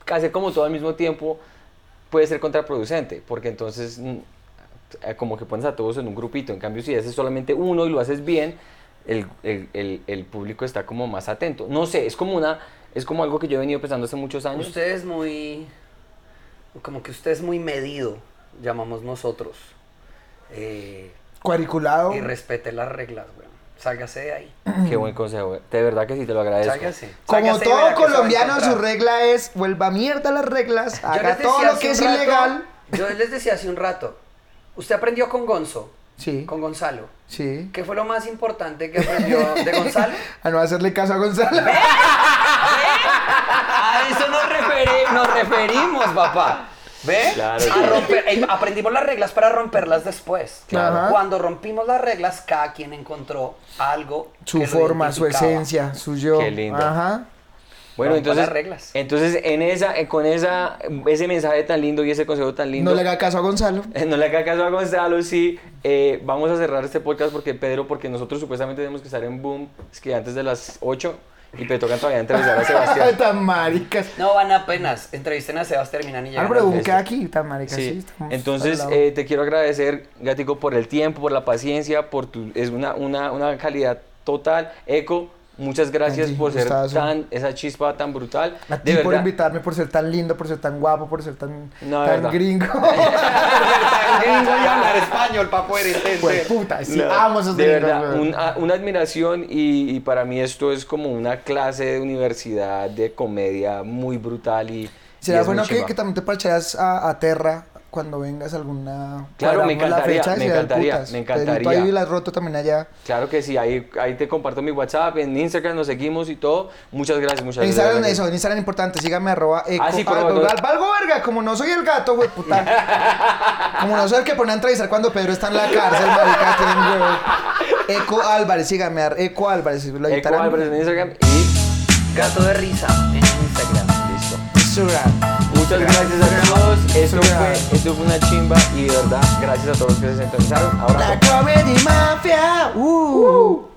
Speaker 2: Hacer como todo al mismo tiempo puede ser contraproducente. Porque entonces. mm, eh, Como que pones a todos en un grupito. En cambio, si haces solamente uno y lo haces bien, el, el- el- el público está como más atento. No sé, es como una. Es como algo que yo he venido pensando hace muchos años.
Speaker 1: Usted es muy. Como que usted es muy medido, llamamos nosotros. Eh,
Speaker 4: cuadriculado.
Speaker 1: Y respete las reglas, weón. Sálgase de ahí.
Speaker 2: Qué buen consejo, güey. De verdad que sí, te lo agradezco.
Speaker 1: Sálgase.
Speaker 4: Como
Speaker 1: Sálgase, verá que se va
Speaker 4: todo
Speaker 1: a
Speaker 4: colombiano,
Speaker 1: encontrar.
Speaker 4: su regla es vuelva mierda las reglas,
Speaker 1: Yo les
Speaker 4: haga
Speaker 1: decía
Speaker 4: todo lo
Speaker 1: hace
Speaker 4: que
Speaker 1: un
Speaker 4: es
Speaker 1: rato-
Speaker 4: ilegal.
Speaker 1: Yo les decía hace un rato. Usted aprendió con Gonzo,
Speaker 4: Sí,
Speaker 1: con Gonzalo.
Speaker 4: sí.
Speaker 1: ¿Qué fue lo más importante que aprendió de
Speaker 4: [laughs]
Speaker 1: Gonzalo?
Speaker 4: A no hacerle caso a Gonzalo.
Speaker 9: A eso nos, referi- nos referimos, papá.
Speaker 1: ¿Ve?
Speaker 2: Claro,
Speaker 1: A
Speaker 2: claro.
Speaker 1: romper- eh, aprendimos las reglas para romperlas después.
Speaker 4: Claro. Ajá.
Speaker 1: Cuando rompimos las reglas, cada quien encontró algo.
Speaker 4: Su
Speaker 1: que lo
Speaker 4: forma, su
Speaker 1: identificaba.
Speaker 4: esencia, su yo.
Speaker 2: Qué lindo.
Speaker 4: Ajá.
Speaker 2: Bueno,
Speaker 1: Rompa las
Speaker 2: entonces,
Speaker 1: reglas.
Speaker 2: entonces en esa, eh, con esa, ese mensaje tan lindo y ese consejo tan lindo,
Speaker 4: No le haga caso a Gonzalo.
Speaker 2: [laughs] no le haga caso a Gonzalo, sí, eh, vamos a cerrar este podcast porque Pedro, porque nosotros supuestamente tenemos que estar en Boom, es que antes de las 8 y me toca todavía
Speaker 4: [laughs]
Speaker 2: entrevistar a Sebastián.
Speaker 4: tan maricas.
Speaker 1: No van apenas. Entrevisten a Sebastián Terminan y
Speaker 4: Ah,
Speaker 1: llegan.
Speaker 4: no, pero
Speaker 1: al-
Speaker 4: busqué aquí, tan maricas. Sí.
Speaker 2: Sí.
Speaker 4: estamos
Speaker 2: Entonces,
Speaker 4: al lado.
Speaker 2: eh, te quiero agradecer, Gatico, por el tiempo, por la paciencia, por tu, es una, una, una calidad total. Eco, muchas gracias
Speaker 4: Angie,
Speaker 2: por ser
Speaker 4: gustazo.
Speaker 2: tan, esa chispa tan brutal.
Speaker 4: a ti
Speaker 2: de
Speaker 4: por
Speaker 2: verdad.
Speaker 4: invitarme, por ser tan lindo, por ser tan guapo, por ser tan,
Speaker 2: No, de
Speaker 4: tan
Speaker 2: verdad. [laughs]
Speaker 4: gringo.
Speaker 1: Voy a hablar español para poder entender.
Speaker 4: Pues puta, sí,
Speaker 2: No,
Speaker 4: amo esos
Speaker 2: de
Speaker 4: gringos.
Speaker 2: verdad,
Speaker 4: weón.
Speaker 2: un- a- una admiración y, y para mí esto es como una clase de universidad de comedia muy brutal y... y
Speaker 4: Será
Speaker 2: es muy
Speaker 4: bueno que,
Speaker 2: chimba.
Speaker 4: que también te parcharás a, a Terra cuando vengas alguna.
Speaker 2: Claro, me
Speaker 4: cuadramos la
Speaker 2: encantaría,
Speaker 4: fecha y
Speaker 2: me
Speaker 4: se dan
Speaker 2: encantaría,
Speaker 4: putas.
Speaker 2: me encantaría.
Speaker 4: Pedrito ahí la roto también allá.
Speaker 2: Claro que sí, ahí, ahí te comparto mi WhatsApp, en Instagram nos seguimos y todo. Muchas gracias, muchas
Speaker 4: En
Speaker 2: gracias.
Speaker 4: Instagram eso, en Instagram importante, sígame arroba eco.
Speaker 2: Ah, sí, por
Speaker 4: ah,
Speaker 2: favor.
Speaker 4: pero valgo verga, como no soy el gato, güey, puta.
Speaker 2: [laughs]
Speaker 4: Como no soy el que pone a entrevistar cuando Pedro está en la cárcel, marica, tienen huevo. Eco Álvarez, sígame, ar- Eco Álvarez, lo
Speaker 2: Eco
Speaker 4: invitarán.
Speaker 2: Álvarez en Instagram y
Speaker 1: Gato de risa en Instagram.
Speaker 2: listo.
Speaker 4: Instagram.
Speaker 2: Muchas gracias a todos. Esto fue,
Speaker 4: Gracias.
Speaker 2: esto fue una chimba y de verdad, gracias a todos los que se sintonizaron. Ahora
Speaker 4: La Comedy Mafia. Uh.